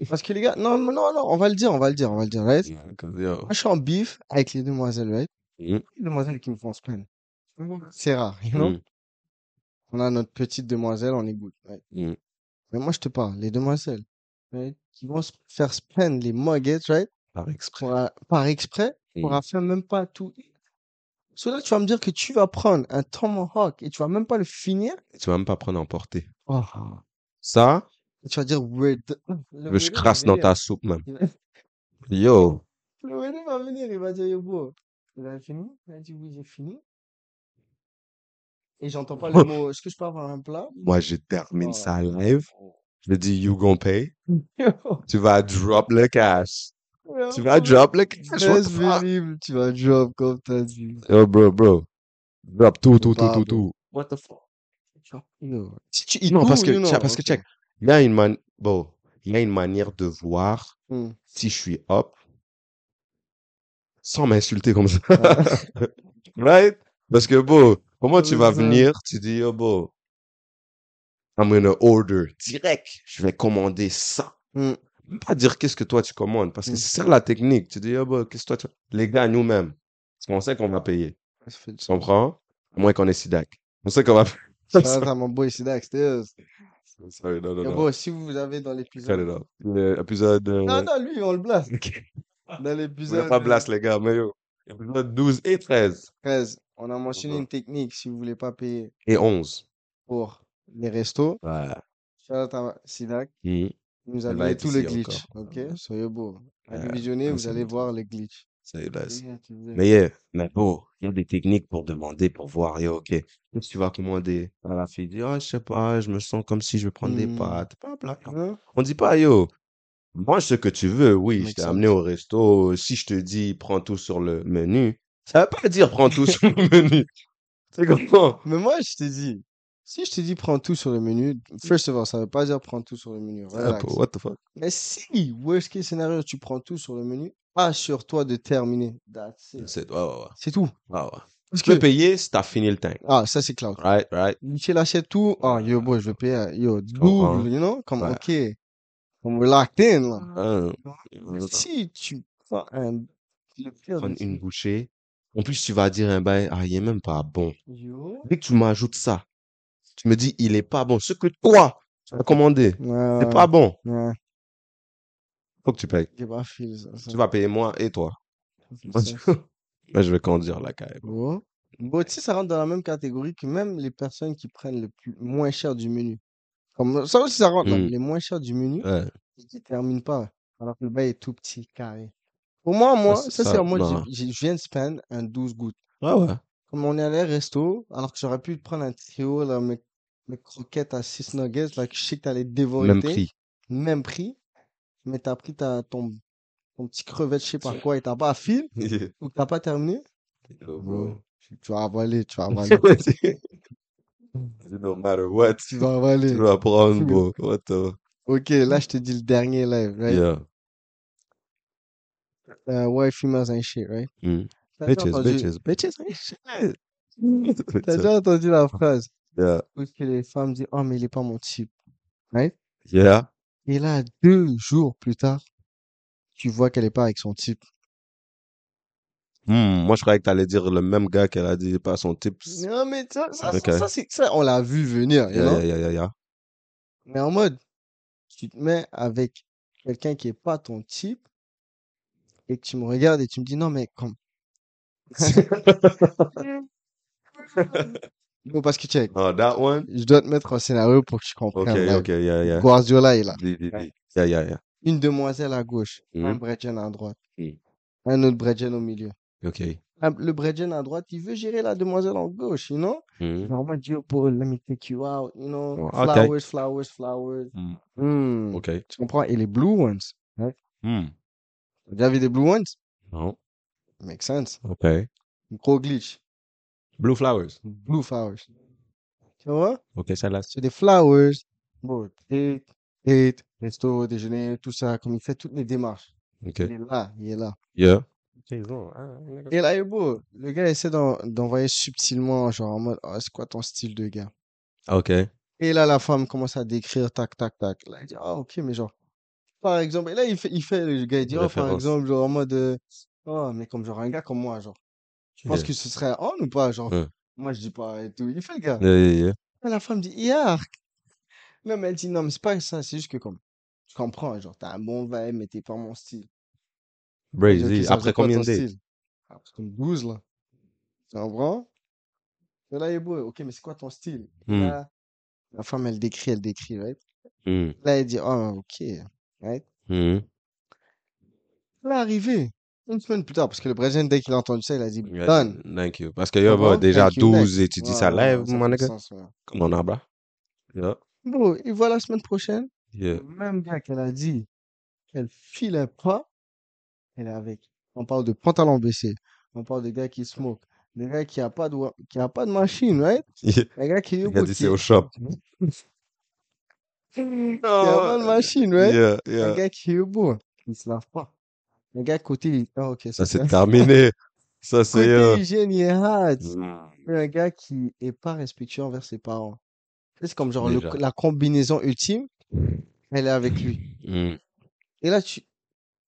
Parce que les gars, non, non, non, non, on va le dire, on va le dire, on va le dire, right? Moi, je suis en bif avec les demoiselles, right?
Mhm.
Les demoiselles qui me font se plaindre. C'est rare, you know?
Mhm.
On a notre petite demoiselle, on écoute, right?
Mhm.
Mais moi, je te parle, les demoiselles, right? Qui vont se faire se plaindre les muggets, right?
Par exprès.
Pour la- par exprès, pour
Mhm.
la faire même pas tout. Cela, tu vas me dire que tu vas prendre un tomahawk et tu vas même pas le finir.
Tu vas même pas prendre en portée.
Oh.
Ça,
Et tu vas dire, where the- le
je
weirdo va
crasse dans
venir.
ta soupe, même.
<laughs>
Yo.
Le weirdo va venir, il va dire, yo, bro, vous avez fini? Il a dit, oui, j'ai fini. Et j'entends pas le mot, est-ce que je peux avoir un plat?
Moi, je termine
Oh. <laughs>
ça live. Je dis, you gonna pay. Tu vas drop le cash. Tu
Oh,
vas drop, là?
Laisse vivre, tu vas drop comme t'as dit.
Oh, bro, bro. Drop tout, tout, tout,
Bah,
tout,
bro.
tout.
What the fuck? Non.
Si tu- Non, parce que,
you know,
parce que,
ok.
check. Il y a une man- bon, il y a une manière de voir <laughs>
Hmm.
si je suis up sans m'insulter comme
Ah,
ça. <laughs> Right? Parce que, bon, comment tu vas
C'est ça.
venir? Tu dis, oh, bon, I'm gonna order direct. Je vais commander ça.
Hmm.
Même pas dire qu'est-ce que toi tu commandes, parce que
Mm.
c'est ça la technique. Tu dis, oh, bah, qu'est-ce que toi tu... Les gars, nous-mêmes, parce qu'on sait qu'on va payer.
Ça fait ah, du
Tu comprends? À moins qu'on est SIDAC. On sait qu'on va <laughs>
Shout out à mon boy Sidax, Stills.
Sorry, non, non,
Yo,
non.
bro, si vous avez dans
Cut
l'épisode.
it off. Le- Épisode... euh,
Non, non, lui, on le blast.
ok.
Dans
On
l'épisode
n'a pas blast, les gars, mais yo. Épisode 12 et 13
13, on a mentionné
Ouais.
une technique si vous voulez pas payer
et 11.
pour les restos.
Ouais.
Shout out à Sidac.
Mhm.
Il nous
Elle
a
va
donné
être
tout le
ici
glitch.
encore. Euh,
Ok,
Ouais.
soyez beau. Allez
Ouais,
visionner,
comme
vous
ça,
allez
nous.
voir les glitches.
Ça y est, blast.
Yeah, tu veux.
Mais yeah, mais bon, il y a des techniques pour demander, pour voir, yo, ok, qu'est-ce que tu vas commander? Ah, la fille dit, ah, je sais pas, je me sens comme si je vais prendre des
Hmm.
pâtes. Bla, bla, bla.
Hein?
On dit pas, yo, mange ce que tu veux, oui, je
Make
t'ai
sense.
amené au resto. Si je te dis, prends tout sur le menu, ça veut pas dire prends tout sur le menu. <laughs> C'est comment?
Mais moi, je t'ai dit, si je te dis prends tout sur le menu, first of all, ça veut pas dire prends tout sur le
Ah,
menu. relax.
What the fuck?
Mais si, worst case scénario, tu prends tout sur le menu, assure-toi de terminer. That's it.
C'est, ouais, ouais, ouais,
C'est tout.
ouais, ouais.
Parce
Tu peux
que-
payer si t'as fini le tank.
Ah, ça, c'est cloud.
Right, right.
Michel achète tout. Oh, yo, boy, je vais payer. euh, Yo,
comprends.
double, you know? Comme,
Ouais.
ok. Comme we're locked in, là.
Hein.
Si tu prends un. le pire
Prendre
de
une bouchée. En plus, tu vas dire un bail, ah, il est même pas bon.
tout, Yo.
Dès que tu m'ajoutes ça, tu me dis, il est pas bon. Ce que toi, tu as commandé,
Ouais,
c'est pas bon.
Ouais,
Faut que tu payes.
j'ai pas feel ça. ça,
Tu vas payer moi et toi.
feel
Moi,
ça.
<laughs> je- moi, je vais conduire la caille.
Bon. Bon, tu sais, ça rentre dans la même catégorie que même les personnes qui prennent le plus, moins cher du menu. Comme, ça aussi, ça rentre, là,
Mm.
les moins chers du menu,
Ouais.
et qui terminent pas. Alors que le bail est tout petit, carré. Au moins, moi,
c'est ça,
ça,
bah
c'est à moi,
non.
j'ai- j'ai- je viens de spend un 12 gouttes.
Ouais, ouais.
Comme on est allé au resto, alors que j'aurais pu prendre un trio, là, mes, mes croquettes à 6 nuggets, là, que je sais que t'allais dévorer.
Même
t'es.
prix.
Même prix. Mais t'as pris ta, ton, ton petit crevette, je sais pas quoi, et t'as pas à fil, <laughs>
<laughs>
ou que t'as pas terminé. Bro, tu tu vas avaler, tu vas <laughs> avaler.
no matter what,
Tu vas avaler.
tu vas prendre,
Full.
bro. What the...
Ok, là, je te dis le dernier live, right?
Yeah.
Uh, white females ain't shit, right?
Mm.
T'as déjà
Bitches,
entendu-
bitches, bitches. ain't shit.
T'as déjà entendu la phrase
Yeah.
où est-ce que les femmes disent, oh, mais il est pas mon type.
Yeah.
Et là, deux jours plus tard, tu vois qu'elle est pas avec son type.
Hmm, moi, je croyais que t'allais dire le même gars qu'elle a dit pas son tips.
Non, mais ça, ça, ça,
Ok.
ça, c'est- ça, on l'a vu venir, you
Yeah,
know?
yeah, yeah, yeah, yeah.
Mais en mode, tu te mets avec quelqu'un qui est pas ton type et que tu me regardes et tu me dis, non, mais
<laughs>
comme. Non, parce que check,
Oh, that one?
je dois te mettre en scénario pour que tu
Ok,
comprennes. like,
ok, yeah, yeah.
Guardiola est là.
Dis, dis, dis. Yeah, yeah, yeah.
Une demoiselle à gauche, un
Hmm.
Bretgen à droite,
Mhm.
un autre Bretgen au milieu.
Ok.
Ah, Le Bretgen à droite, il veut gérer la demoiselle en gauche, you know?
Hmm.
Normalement, Dieu, Paul, let me take you out, you know?
Oh, ok.
Flowers, flowers, flowers.
Mhm.
Hmm.
Ok.
Tu comprends? Et les blue ones.
Hmm.
T'as déjà vu des blue ones?
Non.
Make sense.
Ok.
Gros glitch.
Blue flowers.
Blue flowers. Tu vois?
Ok, ça là.
C'est des flowers. Bon, date, date, resto, déjeuner, tout ça, comme il fait toutes les démarches.
Ok.
Il est là, il est là.
Yeah.
Et là, il est beau. Le gars essaie d'en- d'envoyer subtilement, genre en mode, Ah, c'est quoi ton style de gars?
Ok.
Et là, la femme commence à décrire, tac, tac, tac. Là, il dit, ah, ok, mais genre, par exemple, et là, il fait, il fait le gars, il dit, oh, par
Référence.
exemple, genre en mode, euh, oh, mais comme genre un gars comme moi, genre, tu penses
Yeah.
que ce serait un homme ou pas, genre,
Ouais.
moi, je dis pas et tout. Il fait le gars.
Yeah, yeah, yeah.
Et la femme dit, hier. Non, mais elle dit, non, mais c'est pas ça, c'est juste que comme, tu comprends, genre, t'as un bon vibe, mais t'es pas mon style. Il dit, Ok,
Brazy.
ça
Après
serait quoi
combien
ton
de dates?
style Ah, Après comme 12, là. Tu comprends? Et là, il est beau, ok, mais c'est quoi ton style?
Hmm.
Là, la femme, elle décrit, elle décrit, right?
Hmm.
Là, elle dit, oh, ok.
Hmm.
Elle est arrivée. Une semaine plus tard, parce que le Brésilien, dès qu'il a entendu ça, il a dit
Yeah,
Done.
Thank you. Parce que yo,
Comprends?
bah, déjà
Ah Thank you, next.
12 et tu dis ça live, mon
fait du
nigga.
sens, ouais.
Comme on a, bro. Yeah.
Bon, et voilà la semaine prochaine.
Yeah.
Le même gars qu'elle a dit qu'elle filait pas, elle est avec. On parle de pantalon baissé. On parle de gars qui smoke. Le gars qui a pas de, wa- qui a pas de machine, right? Le gars qui est
Il a dit c'est au <laughs> shop.
qui a pas de machine, right?
Yeah,
Un
yeah.
gars qui est beau, il se lave pas. Un gars côté, il- ah, ok,
Ça,
ça,
c'est
c'est-
terminé. <laughs> Ça, c'est. euh,
côté hygiène, il est hard.
mm.
Un gars qui est pas respectueux envers ses parents. C'est comme genre le-
Déjà.
la combinaison ultime, elle est avec lui.
Mm.
Et là, tu,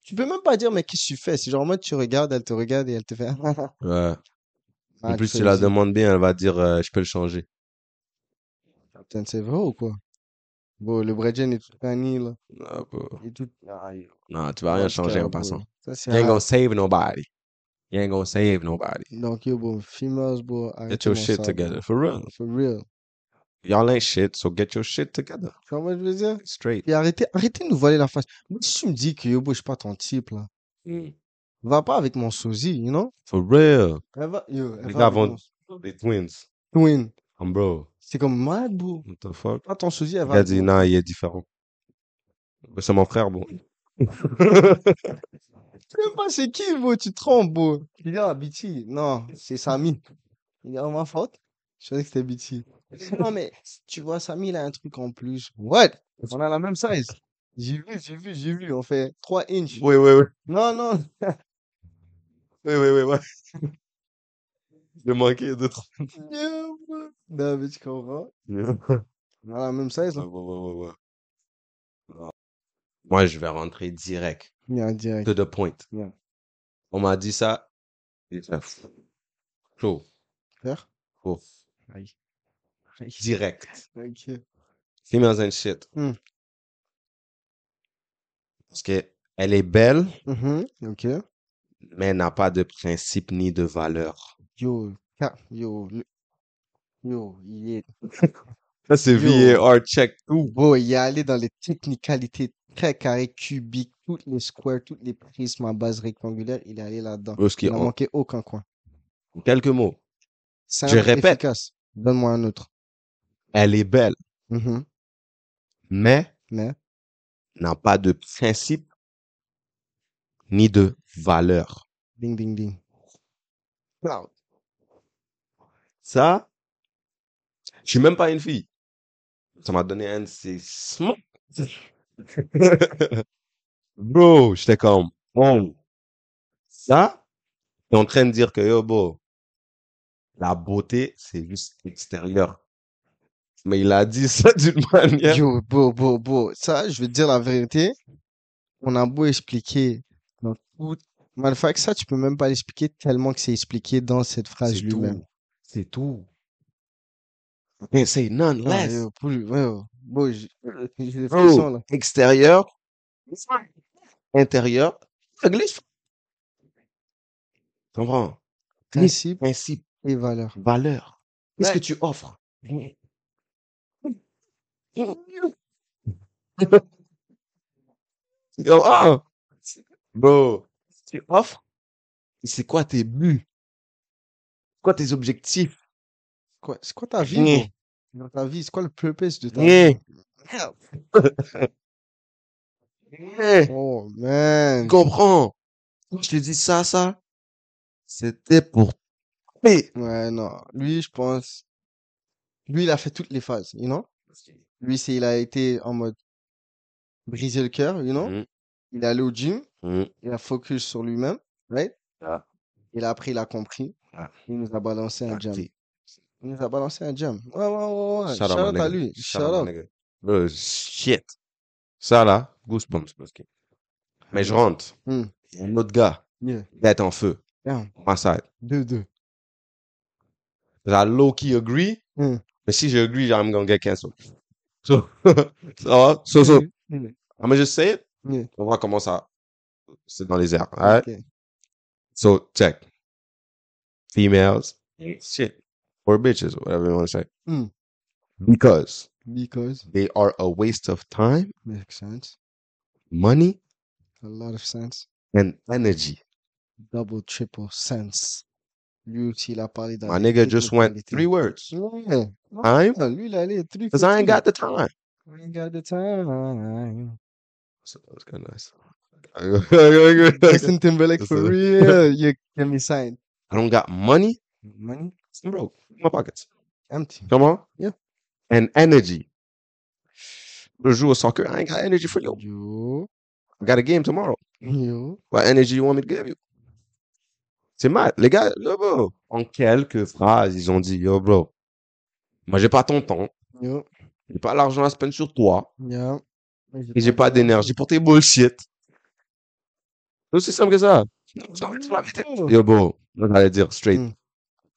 tu peux même pas dire, mais qu'est-ce que tu fais? C'est genre, moi, tu regardes, elle te regarde et elle te fait. <laughs> ah,
Ouais. En plus,
tu
tu la
fais-
demandes bien, elle va dire euh, je peux le changer.
Putain, C'est vrai ou quoi? Bon, le Bredgen est tout tani, là.
Ah, bah.
Il est tout. Ah, il-
Non, tu vas rien
Ouais,
changer en
bro.
passant.
Ça, c'est
You ain't
hard.
gonna save nobody. You ain't gonna save nobody.
Donc, yo, bro, females, bro,
Get
arrêtez
your
mon
shit
sale,
together, for
bro.
real.
For real.
Y'all ain't shit, so get your shit together.
Comment je veux dire?
Straight.
Et arrêtez, arrêtez de nous voiler la face. Moi, si tu me dis que Yobo, je suis pas ton type, là, va pas avec mon sosie, you know?
For real.
Elle va, yo, elle
Les
va
gars
avec
vont-
mon-
They twins.
Twin.
I'm bro.
C'est comme malade, bro.
What the fuck?
Pas ton sosie, elle
Le
va.
gars
avec
dit,
mon-
non, il est différent. Mais C'est mon frère, bon.
Je sais pas, c'est qui, bro? Tu te trompes, bro. Il est à BT. Non, c'est Samy. Il est en ma faute. Je savais que c'était BT. Non, mais tu vois, Samy, il a un truc en plus. What? On a la même size. J'ai vu, j'ai vu, j'ai vu. On fait 3 inches.
Oui, oui, oui.
Non, non.
Oui, oui, oui, ouais. J'ai manqué deux, trois.
Yo, bro. Non, mais tu comprends?
Ouais,
On a la même size, hein.
ouais, ouais,
là.
ouais. Non. Moi, je vais rentrer direct.
Il y a un direct.
to the point.
Yeah.
On m'a dit ça. Et ça, pff, chaud,
Faire?
chaud,
Aïe.
direct.
Ok.
Females and shit.
Hmm.
Parce que elle est belle,
Mhm. Ok.
mais elle n'a pas de principe ni de valeur.
Yo, ca- yo, le- yo, il est.
Ça, c'est
Yo.
VAR check tout.
Bro, il est allé dans les technicalités très carrées, cubiques, toutes les squares, toutes les prismes à base rectangulaire, il est allé là-dedans.
Parce que
Il n'a
en
manqué aucun coin.
quelques mots,
Simple,
Je répète.
efficace. Donne-moi un autre.
elle est belle,
Mhm.
mais
Mais,
n'a pas de principe ni de valeur.
ding, ding, ding. Cloud.
Ça, je suis même pas une fille. Ça m'a donné un de ces
<laughs>
smacks. Bro, j'étais comme, bon, ça, t'es en train de dire que, yo, bro, la beauté, c'est juste extérieur. Mais il a dit ça d'une <laughs> manière.
Yo, bro, bro, bro. Ça, je vais te dire la vérité. On a beau expliquer dans tout. Matter of fact, ça, tu peux même pas l'expliquer tellement que c'est expliqué dans cette phrase
C'est
lui-même.
tout. C'est tout. Can't say none
Ah,
less.
yo, pour lui, ouais, ouais. Bon, j'ai j'ai des
Bro.
frissons, là.
Extérieur, intérieur, ça glisse. Tu comprends? Glisse.
Principe
Principe.
et valeur.
valeur. Qu'est-ce
Ouais.
que tu offres? <laughs> Yo, ah! Bro, tu offres? C'est quoi tes buts? C'est quoi tes objectifs?
Quoi, c'est quoi ta vie,
Rien.
bro? Dans ta vie, c'est quoi le purpose de ta vie?
Rien.
Merde.
Rien.
Oh,
Tu
man.
comprends? Quand je te dis ça, ça, c'était pour paix.
Ouais, non. Lui, je pense. Lui, il a fait toutes les phases, you know? Lui, c'est, il a été en mode briser le cœur, you know?
Mhm.
Il est allé au gym.
Mhm.
Il a focus sur lui-même, right?
Ah.
Il a appris, il a compris.
Ah.
Il nous a balancé
Bah,
un jam.
Acté.
Il nous a balancé un jam. Ouais, ouais, ouais, ouais.
Shout out,
Shout
my
out à
nigga.
lui.
Shout
Shout
out,
out.
my nigga. Bro, shit. Ça là, goosebumps, parce que- Mais je rentre.
Hmm.
Il y a un autre gars.
Yeah.
Il est en feu.
Damn.
Ma side.
2-2.
I low-key agree.
Hmm.
Mais si je agree, I'm gonna get canceled. <laughs> So, so, so, Ah, so. I'm gonna just say it.
Yeah.
On va comment ça. C'est dans les airs. Alright?
Ok.
So, check. Females. Shit. Or bitches, whatever you want to say.
Hmm.
Because
Because
they are a waste of time,
makes sense.
money,
A lot of sense.
and energy.
Double, triple sense. Lui aussi, il a parlé dans
My
les
nigga just went
technicalités.
three words.
Ouais.
Time?
Ah, lui, il a les trucs.
Because I ain't got the time. <laughs>
I ain't got the time.
So that was kind of nice. <laughs>
Justin Timberlake for
<laughs>
real. You can be signed.
I don't got money. Money, I'm broke. My pockets.
Empty.
Come on.
Yeah.
And energy. To joue au soccer, I ain't got energy for you.
Yo.
I got a game tomorrow.
Yo.
What energy you want me to give you? C'est mal. Les gars, là, bro, en quelques phrases, ils ont dit, yo, bro, moi, j'ai pas ton temps.
Yo.
J'ai pas l'argent à spend sur toi.
Yeah.
Et j'ai pas d'énergie pour tes bullshit. C'est aussi simple que ça. J'ai envie de te la péter. Yo, bro, là, j'allais dire straight.
Mm.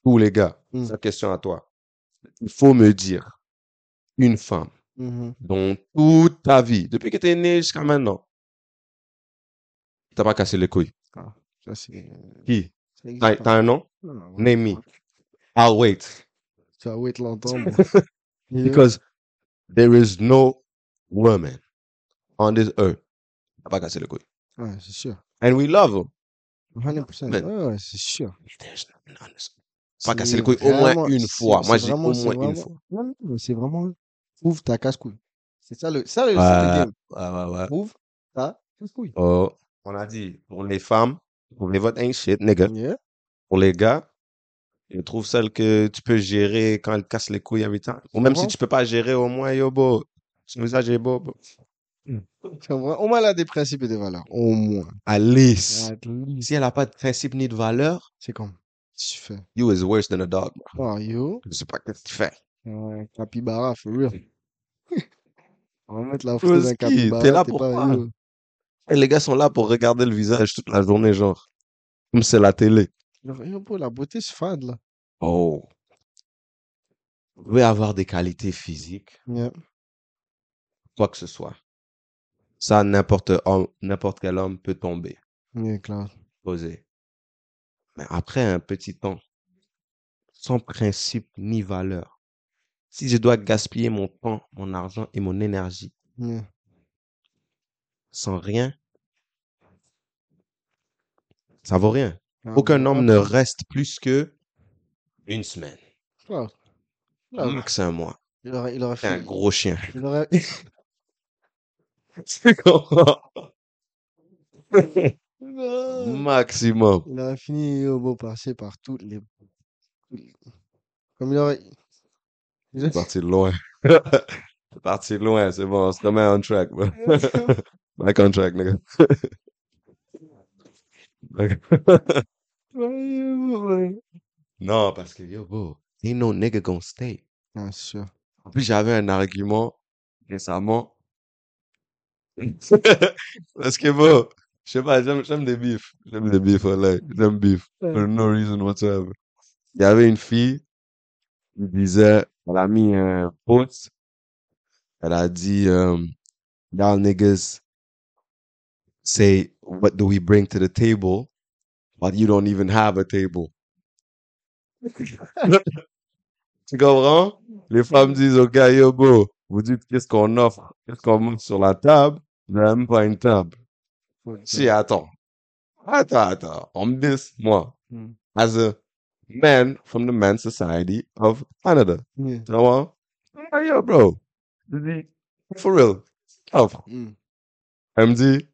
Tous les gars,
Mm.
c'est la question à toi. Il faut me dire, une femme,
Mhm.
dont toute ta vie, depuis que t'es né jusqu'à maintenant, t'as pas cassé les couilles.
Ça, c'est.
Qui?
ça existe
T'as
pas.
t'as un nom?
Non, non,
Name me. I'll wait.
Tu vas
<laughs>
wait longtemps. bon. Yeah.
Because there is no woman on this earth. qui a pas cassé le couille.
Ouais, c'est sûr.
And we love her.
100%.
Mais-
Ouais, ouais, c'est sûr.
There's no woman on this earth. Pas casser le couille au moins une fois. Moi, j'ai au moins une fois.
Non, non, non, c'est vraiment. Ouvre ta casse-couille. C'est ça le, ça le, ça le
Ouais.
game.
Ouais, ouais, ouais.
Ouvre ta casse-couille.
Oh, on a dit, pour les femmes, pour les votes ain't shit, nigga.
Yeah.
Pour les gars, je trouve celle que tu peux gérer quand elle casse les couilles à 8 ans. Ou même si
Vraiment?
tu peux pas gérer, au moins, yo, bo, ce message est beau. bo.
Tu vois, Au moins, elle a des principes et des valeurs. Au moins.
Alice.
At least.
Si elle a pas de principe ni de valeur,
C'est comme. Tu fais.
you is worse than a dog.
Oh, yo.
Je sais pas qu'est-ce que tu fais.
Ouais, capybara, for real. <laughs> On va mettre la
Yo,
photo d'un
ski,
capybara.
t'es là pour quoi?
yo.
Et Eh, les gars sont là pour regarder le visage toute la journée, genre. Comme c'est la télé.
Genre, yo, bro, la beauté se fade, là.
Oh. Vous pouvez avoir des qualités physiques,
Yeah.
quoi que ce soit. Ça, n'importe homme, n'importe quel homme peut tomber,
Yeah, classe.
poser. Mais après un petit temps, sans principe ni valeur, si je dois gaspiller mon temps, mon argent et mon énergie
Yeah.
sans rien, ça vaut rien.
Ah,
Aucun
bon,
homme ne reste plus que une semaine,
Claude. Claude,
max un mois.
Il aurait, il aurait
C'est Hmm. un
fait.
gros <laughs> chien.
Il aurait. il
Maximum.
aurait fini au beau passé par toutes les. Comme il aurait. Il
C'est parti de loin. <laughs> C'est parti de loin, c'est bon, on se remet on track, <laughs> bro.
aurait-
Back on track, nigga. Back- <laughs> non, parce que yo, bro, ain't no nigga gonna stay.
Bien sûr.
En plus, j'avais un argument récemment. <laughs> Parce que bon, je sais pas, j'aime, j'aime des bifs. J'aime des bifs, like, j'aime bif. For no reason whatsoever. Il y avait une fille qui disait, elle a mis un post. Elle a dit, euh, y'all niggas say, what do we bring to the table? But you don't even have a table. <laughs> tu comprends? Les femmes disent, OK, yo, bro, vous dites qu'est-ce qu'on offre, qu'est-ce qu'on monte sur la table, vous n'avez même pas une table. Si, ah. attends. Attends, attends. On me dit, moi,
Hmm.
as a man from the Men's Society of Canada.
Yeah.
Tu vois? Ah, yo, bro. Je dis, For real. Offre.
Mm.
Elle me dit,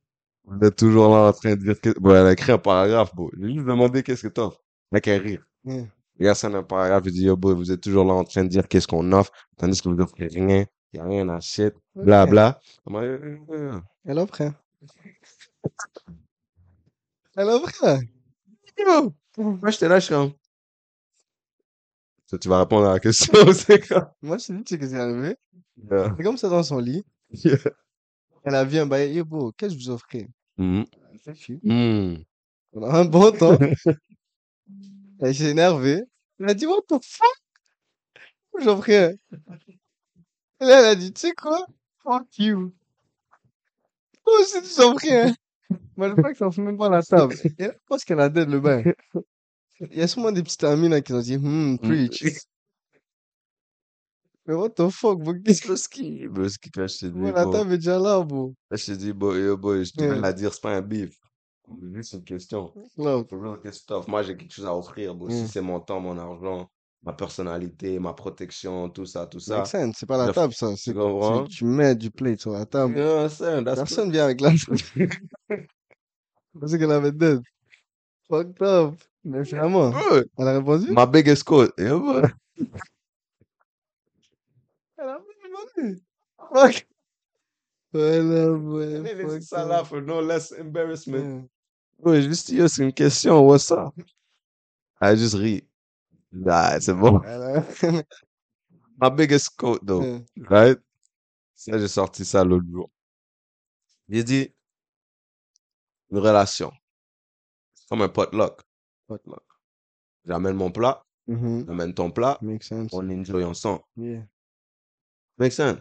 vous êtes toujours là en train de dire que, bon, elle a écrit un paragraphe, bro. J'ai juste demandé qu'est-ce que t'offres. Mec, Elle a rire.
Yeah.
Il y a ça dans le paragraphe, il dit, yo, boy, vous êtes toujours là en train de dire qu'est-ce qu'on offre, tandis que vous offrez rien, il n'y a rien à shit, bla,
Ok.
bla. Moi, euh, euh, euh,
Elle offre. hein. Elle offre. hein.
Yo, moi, j'étais là, je suis comme, Ça, tu vas répondre à la question, <laughs> c'est quoi?
Moi, je te dis, tu sais que c'est arrivé.
Yeah.
C'est comme ça dans son lit.
Yeah.
Elle a vu un bail. Yo, bro, qu'est-ce que je vous offrais?
Mhm.
Elle fait chier.
Mhm.
On a un bon temps. Elle s'est énervée. Elle a dit, what the fuck? J'en prie. Et là, elle a dit, tu sais quoi? Fuck you. Moi aussi, tu j'en prie. hein. Moi, le pack, ça fait même pas la table. Et là, je pense qu'elle a dead le bain. Il y a sûrement des petites amies là qui ont dit, hmm, preach.
<laughs>
Mais what the fuck, bro? Qu'est-ce que
Broski, broski, quand je te dis,
Moi, la
bro,
table est déjà là, bro.
quand je te dis, boy, yo, boy, je te
Yeah.
viens de la dire, c'est pas un beef. Juste une question.
Là,
For real, qu'est-ce que t'offres? Moi, j'ai quelque chose à offrir, bro. Si
Mm.
c'est mon temps, mon argent, ma personnalité, ma protection, tout ça, tout ça.
make sense, c'est pas la
Ça-
table, ça. C'est
Tu comprends?
c'est- tu mets du plate sur la table.
<laughs>
<laughs>
You know what I'm saying? That's
Personne vient avec la pensais qu'elle avait dead. Fucked up. Mais finalement,
Bro,
elle a répondu.
my biggest quote. eh Yeah, bro.
Elle a répondu. Fuck. Voilà,
<laughs>
ouais.
Leave
fucked
ça là
up.
for no less embarrassment.
Ouais.
Bro, juste, yo, c'est une question. What's up? I just ri. Nah, c'est <laughs> bon.
<laughs> Elle a-
My biggest quote, though.
Ouais.
Right? Ça, j'ai sorti ça l'autre jour. J'ai dit, une relation. C'est comme un potluck. Potluck. J'amène mon plat,
<laughs> Mhm.
j'amène ton plat,
Makes sense.
on enjoy ensemble.
Yeah.
Make sense?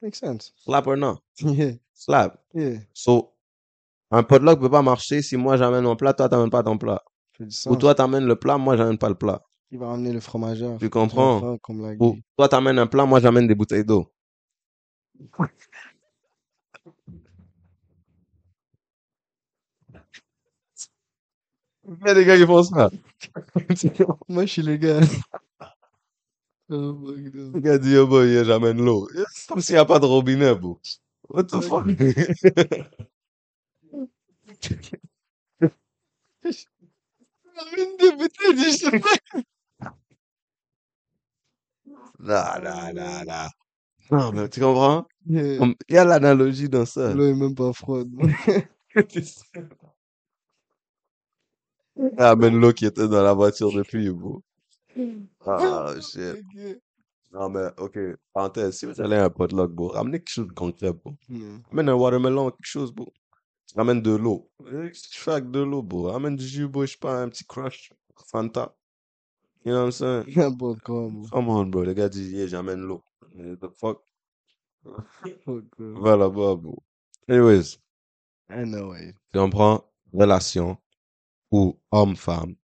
Makes sense. <laughs>
Slap or non?
Yeah.
Slap.
Yeah.
So, un potluck peut pas marcher si moi j'amène mon plat, toi t'amènes pas ton plat.
Fait du
Ou
sens.
toi t'amènes le plat, moi j'amène pas le plat.
Il va ramener le fromageur.
Tu
Tiens,
comprends?
frère, Comme la
Ou
gueule.
toi t'amènes un plat, moi j'amène des bouteilles d'eau. Il y a des gars qui font ça.
Moi, je suis le gars. <laughs> Oh, fuck,
<laughs>
dude.
Le gars dit, yo, boy, yeah, j'amène l'eau. C'est comme s'il n'y a pas de robinet, bro. What the fuck?
Ramène des bouteilles de champagne.
Nah, nah, nah, nah. Non, mais tu comprends?
Yeah.
Comme, Il y a l'analogie dans ça.
L'eau est même pas froide.
Amène l'eau qui était dans la voiture depuis, bro. Ah,
<laughs>
shit.
Ok.
Non, mais, ok, parenthèse, si vous allez à un potluck, bro, ramenez quelque chose de concret, bro.
<laughs> Yeah.
Ramène un watermelon, quelque chose, bro. Ramène de l'eau. Euh, Qu'est-ce que tu fais avec de l'eau, bro? Ramène du jus, bro, je sais pas, un petit crush, Fanta. You know what I'm saying?
N'importe quoi, bro.
Come on, bro. Le gars dit, yeah, j'amène l'eau. Eh, The fuck?
Fuck, bro.
Va là-bas, bro. Anyways,
I know it. <laughs>
si on prend relation ou homme-femme,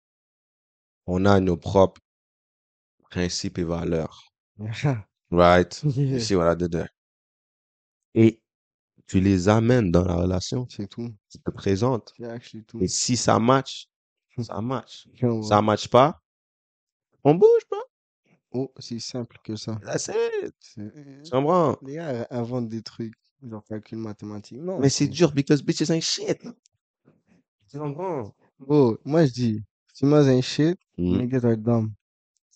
on a nos propres principes et valeurs.
Yeah.
Right? You
Yeah.
see what I did there? Et tu les amènes dans la relation.
C'est tout.
Tu te présentes.
C'est actually tout.
Et si ça match,
Hmm.
ça match.
Tiens, bro.
Ça match pas, on bouge pas.
Oh, c'est simple que ça.
That's it.
C'est- eh,
Tu comprends?
Les gars inventent des trucs, genre calcul mathématique. Non,
Mais c'est dur because bitches ain't shit. Tu comprends?
Bro, moi je dis, si moi j'ai un shit,
Mm.
niggas are dumb.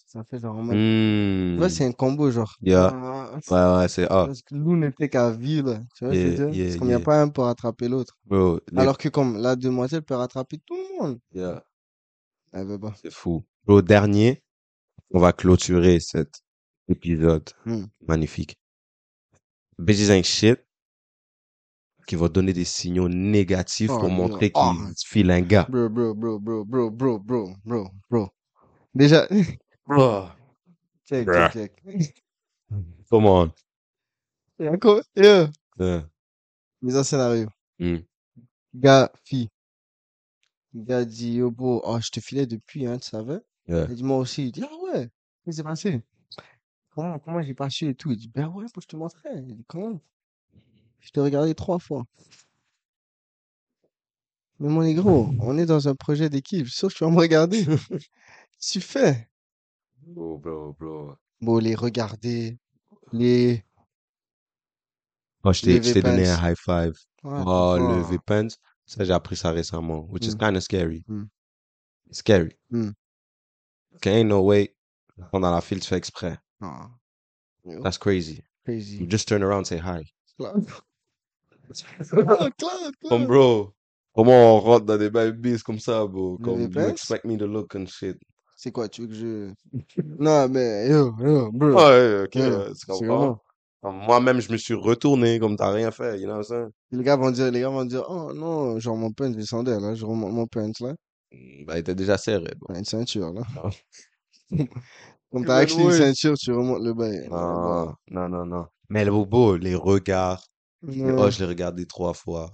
Ça fait genre, man.
Mm.
Là, c'est un combo, genre.
Yeah.
Ah,
Ouais, ouais, c'est ah,
Parce que l'un n'était qu'à vivre. Tu vois, ce
Yeah,
que je veux dire?
yeah,
Parce qu'il n'y a
yeah.
pas un pour rattraper l'autre.
bro, les-
Alors que comme la demoiselle peut rattraper tout le monde. Ah, bah,
yeah,
Elle veut pas.
c'est fou. Bro, dernier, on va clôturer cet épisode
Mm.
magnifique. Bitches ain't shit qui va donner des signaux négatifs
Oh,
pour
non.
montrer qu'il
Oh.
file un gars.
Bro, bro, bro, bro, bro, bro, bro, bro, bro. Déjà, <laughs> check,
Bruh.
check, check.
Come on.
Et encore, yeah.
Yeah.
Mise en scénario.
Hmm.
Gars, fille. Gars dit, yo, bro, oh, je te filais depuis, hein, tu savais?
Yeah.
Elle dit, moi aussi. Il dit, ah ouais, qu'est-ce qui s'est passé? Comment, comment j'ai pas su et tout? Il dit, ben ouais, faut que je te montrais. Il dit, comment? Je t'ai regardé trois fois. Mais mon négro, on est dans un projet d'équipe. Sauf que tu vas me regarder. Tu fais.
Bro, bro, bro.
Bon, les regarder. Les.
Oh, je t'ai,
Les
je t'ai donné
Vpens.
un high five.
Ah,
Oh,
putain.
le V-Pants, ça j'ai appris ça récemment, which is
Mm.
kind of scary.
Mm.
It's scary.
Mm.
Okay, ain't no way. Pendant la file, tu fais exprès.
Ah,
That's crazy. You
crazy.
just turn around and say hi.
Clap. <laughs> Oh, clap,
Comme
clap.
bro, comment on rentre dans des babies comme ça, bro?
Le
Comme you
V-Pens?
expect me to look and shit.
C'est quoi, tu veux que je. Non, mais yo, yo, bro.
Ouais, ok,
Ouais,
ouais, tu
c'est
comprends? Comme Moi-même, je me suis retourné comme t'as rien fait, you know what I'm
Les gars vont dire, les gars vont dire, oh non, genre mon punch descendait là, je remonte mon punch là,
saying? Bah, il était déjà serré, bro.
t'as une ceinture là.
Ah.
<laughs> Comme
Tu Ah.
t'as
me
acheté une
loues.
ceinture, tu remontes le bail.
Non, non, non, non. Mais le bobo, les regards,
Ouais.
le oh, je l'ai regardé trois fois.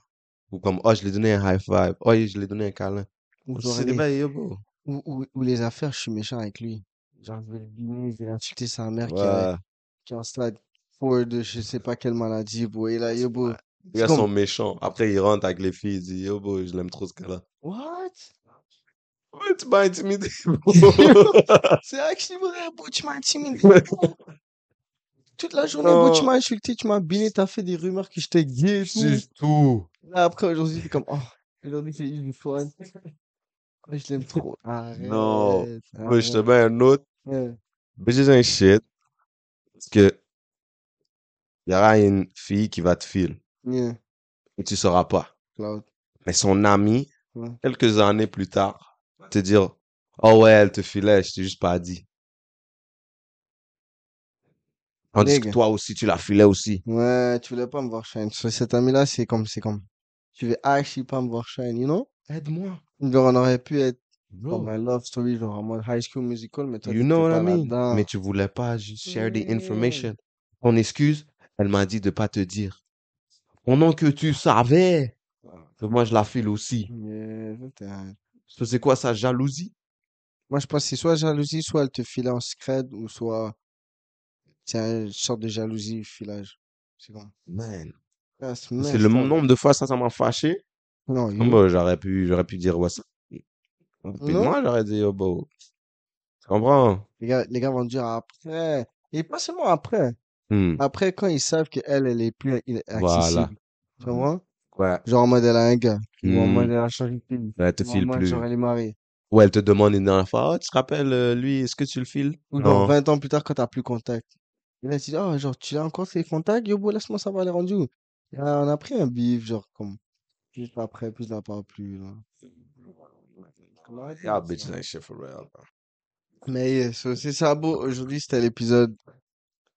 Ou comme, oh, je lui ai donné un high five. Oh, je lui ai donné un câlin.
Ou, genre,
C'est des
les-
bails, yo, bro.
ou- ou- ou les affaires, je suis méchant avec lui. Genre, je vais le biner, je vais insulter sa mère qui a
Ouais.
qui est en stade 4 de je sais pas quelle maladie, bro. Et là, yo, bro.
Les
Ah, c'est
gars
comme-
sont méchants. Après, ils rentrent avec les filles. Ils disent, yo, bro, je l'aime trop ce gars-là.
What?
Ouais, tu m'as intimidé, <laughs> bro.
C'est actually vrai, bro, tu m'as intimidé. bro. Toute la journée, bro, tu
Non.
m'as insulté, tu m'as biné, t'as fait des rumeurs que j'étais gay et tout.
C'est tout.
Là, après, aujourd'hui, t'es comme, oh, Ils ont dit c'est une fun. Ah, Je l'aime trop. Arrête.
Non. Moi, je te
arrête.
mets un autre.
Ouais.
Bitches ain't shit. Parce que il y aura une fille qui va te filer.
Yeah.
Et tu sauras pas.
Cloud.
Mais son ami,
Ouais.
quelques années plus tard, va te dire Oh ouais, elle te filait, je t'ai juste pas dit. Tandis que
Nigga.
toi aussi, tu la filais aussi.
Ouais, tu voulais pas me voir shine. Sur cet ami-là, c'est comme, c'est comme. Tu veux archi pas me voir shine, you know?
Aide-moi.
Genre, on aurait pu être
Bro,
comme un love story, genre en mode high school musical, mais toi,
you know
t'étais
what I
pas
mean?
là-dedans.
Mais tu voulais pas juste share the
Yeah.
information. Ton excuse, elle m'a dit de pas te dire. Pendant que tu savais que moi, je la file aussi.
Yeah, je t'arrête.
So, C'est quoi ça, jalousie?
Moi, je pense que c'est soit jalousie, soit elle te filait en secret, ou soit c'est une sorte de jalousie, filage. C'est comme.
Man.
Ah,
C'est
messed
le
up.
nombre de fois ça, ça m'a fâché.
Non,
Ah,
you-
bah, j'aurais pu, j'aurais pu dire ouais, ça. Mm. Puis
Mm. Non.
moi, j'aurais dit, oh, bah, tu comprends?
les gars, les gars vont dire après. Et pas seulement après.
Hmm.
Après, quand ils savent qu'elle, elle est plus in- accessible. Tu comprends?
Ouais.
Genre en mode elle a un gars. Ou en
Hmm.
mode elle a changé de pays.
Elle te
Ou en
file
mode
plus.
genre elle est mariée.
Ou elle te demande une dernière fois, oh, tu te rappelles, euh, lui, est-ce que tu le files?
Ou
Non.
genre 20 ans plus tard quand t'as plus contact. Et là, tu dis, oh, genre, tu as encore ses contacts? Yo, bon, laisse-moi savoir les rendus. Et là, on a pris un bif, genre, comme, juste après, puis n'a pas plus, là.
Yeah, Ah, bitch, that shit for real.
Mais yes, so, c'est ça, beau. Aujourd'hui, c'était l'épisode.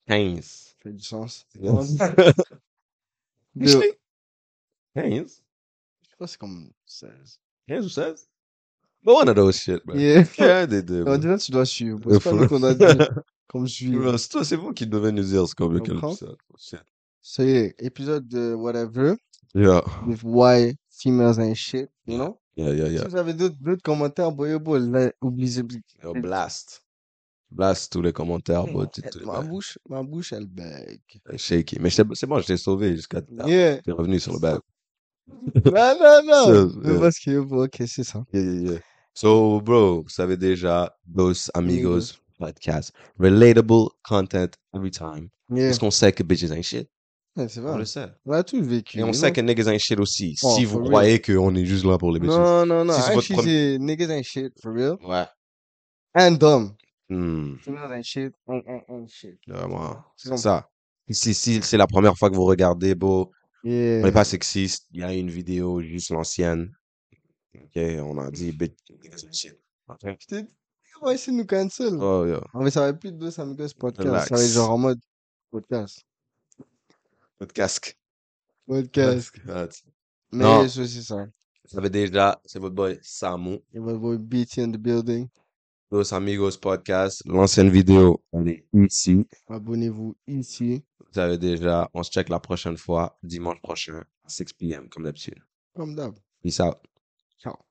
15.
Ça fait du sens.
<laughs> Yes.
De- Je sais
15?
pas, c'est comme 16.
15 ou 16? But one of those shit, man.
Yeah.
Yeah, they do.
On
man.
dirait que tu dois suivre.
Euh,
C'est pas nous
faut-
qu'on
<laughs>
a dit. Comme je suis.
Ouais, C'est toi, c'est vous qui devez nous dire ce qu'on veut que
Comprends?
l'épisode- Shit.
So, yeah, épisode de whatever,
Yeah.
with why females ain't shit, you know?
Yeah, yeah,
Si
yeah.
vous avez d'autres d'autres commentaires, boyo, boy, là, oubliez,
Yo, blast. Blast tous les commentaires, bro. Tu- tu-
Ah bah, Ma bouche, ma bouche, elle bug.
Shaky. Mais j'étais- c'est bon, je t'ai sauvé jusqu'à. <laughs>
Yeah.
T'es revenu sur le
<laughs>
bail.
Non, non, non.
Ça,
Mais
euh,
parce que, bon, ok, c'est ça.
Yeah, yeah, yeah. So, bro, vous savez déjà, Dos Amigos podcast. Relatable content every time.
Yeah.
Parce qu'on sait que bitches ain't shit.
Ouais, c'est
On
vrai. hein.
le sait.
On a tous vécu.
Et on
you
sait
know?
que niggas ain't shit aussi.
Oh,
si vous
for
croyez qu'on est juste là pour les bitches.
Non, non, non.
Si c'est votre
Actually, c'est niggas ain't shit, for real.
Ouais.
And dumb.
Hmm.
Females ain't shit. And, and, and shit.
Vraiment.
C'est comme-
Ça. Si, si c'est la première fois que vous regardez, bro, on
Yeah.
n'est pas sexiste. Il y a une vidéo, juste l'ancienne. Ok, on a dit bitch, niggas ain't shit. Ok.
Putain, on va essayer de nous cancel.
Oh, yeah.
On va savoir plus de deux amigos podcast. Ça va
Relax.
être genre en mode podcast.
Notre casque.
Podcast.
<laughs> That's-
Mais
Non.
yeah, so c'est ça.
Vous savez déjà, c'est votre boy Samu.
Et votre boy BT in the building.
Los Amigos Podcast. L'ancienne vidéo, on est ici.
Abonnez-vous ici,
Vous savez déjà, on se check la prochaine fois, dimanche prochain, à 6 p.m., comme d'habitude.
comme d'hab.
Peace out.
Ciao.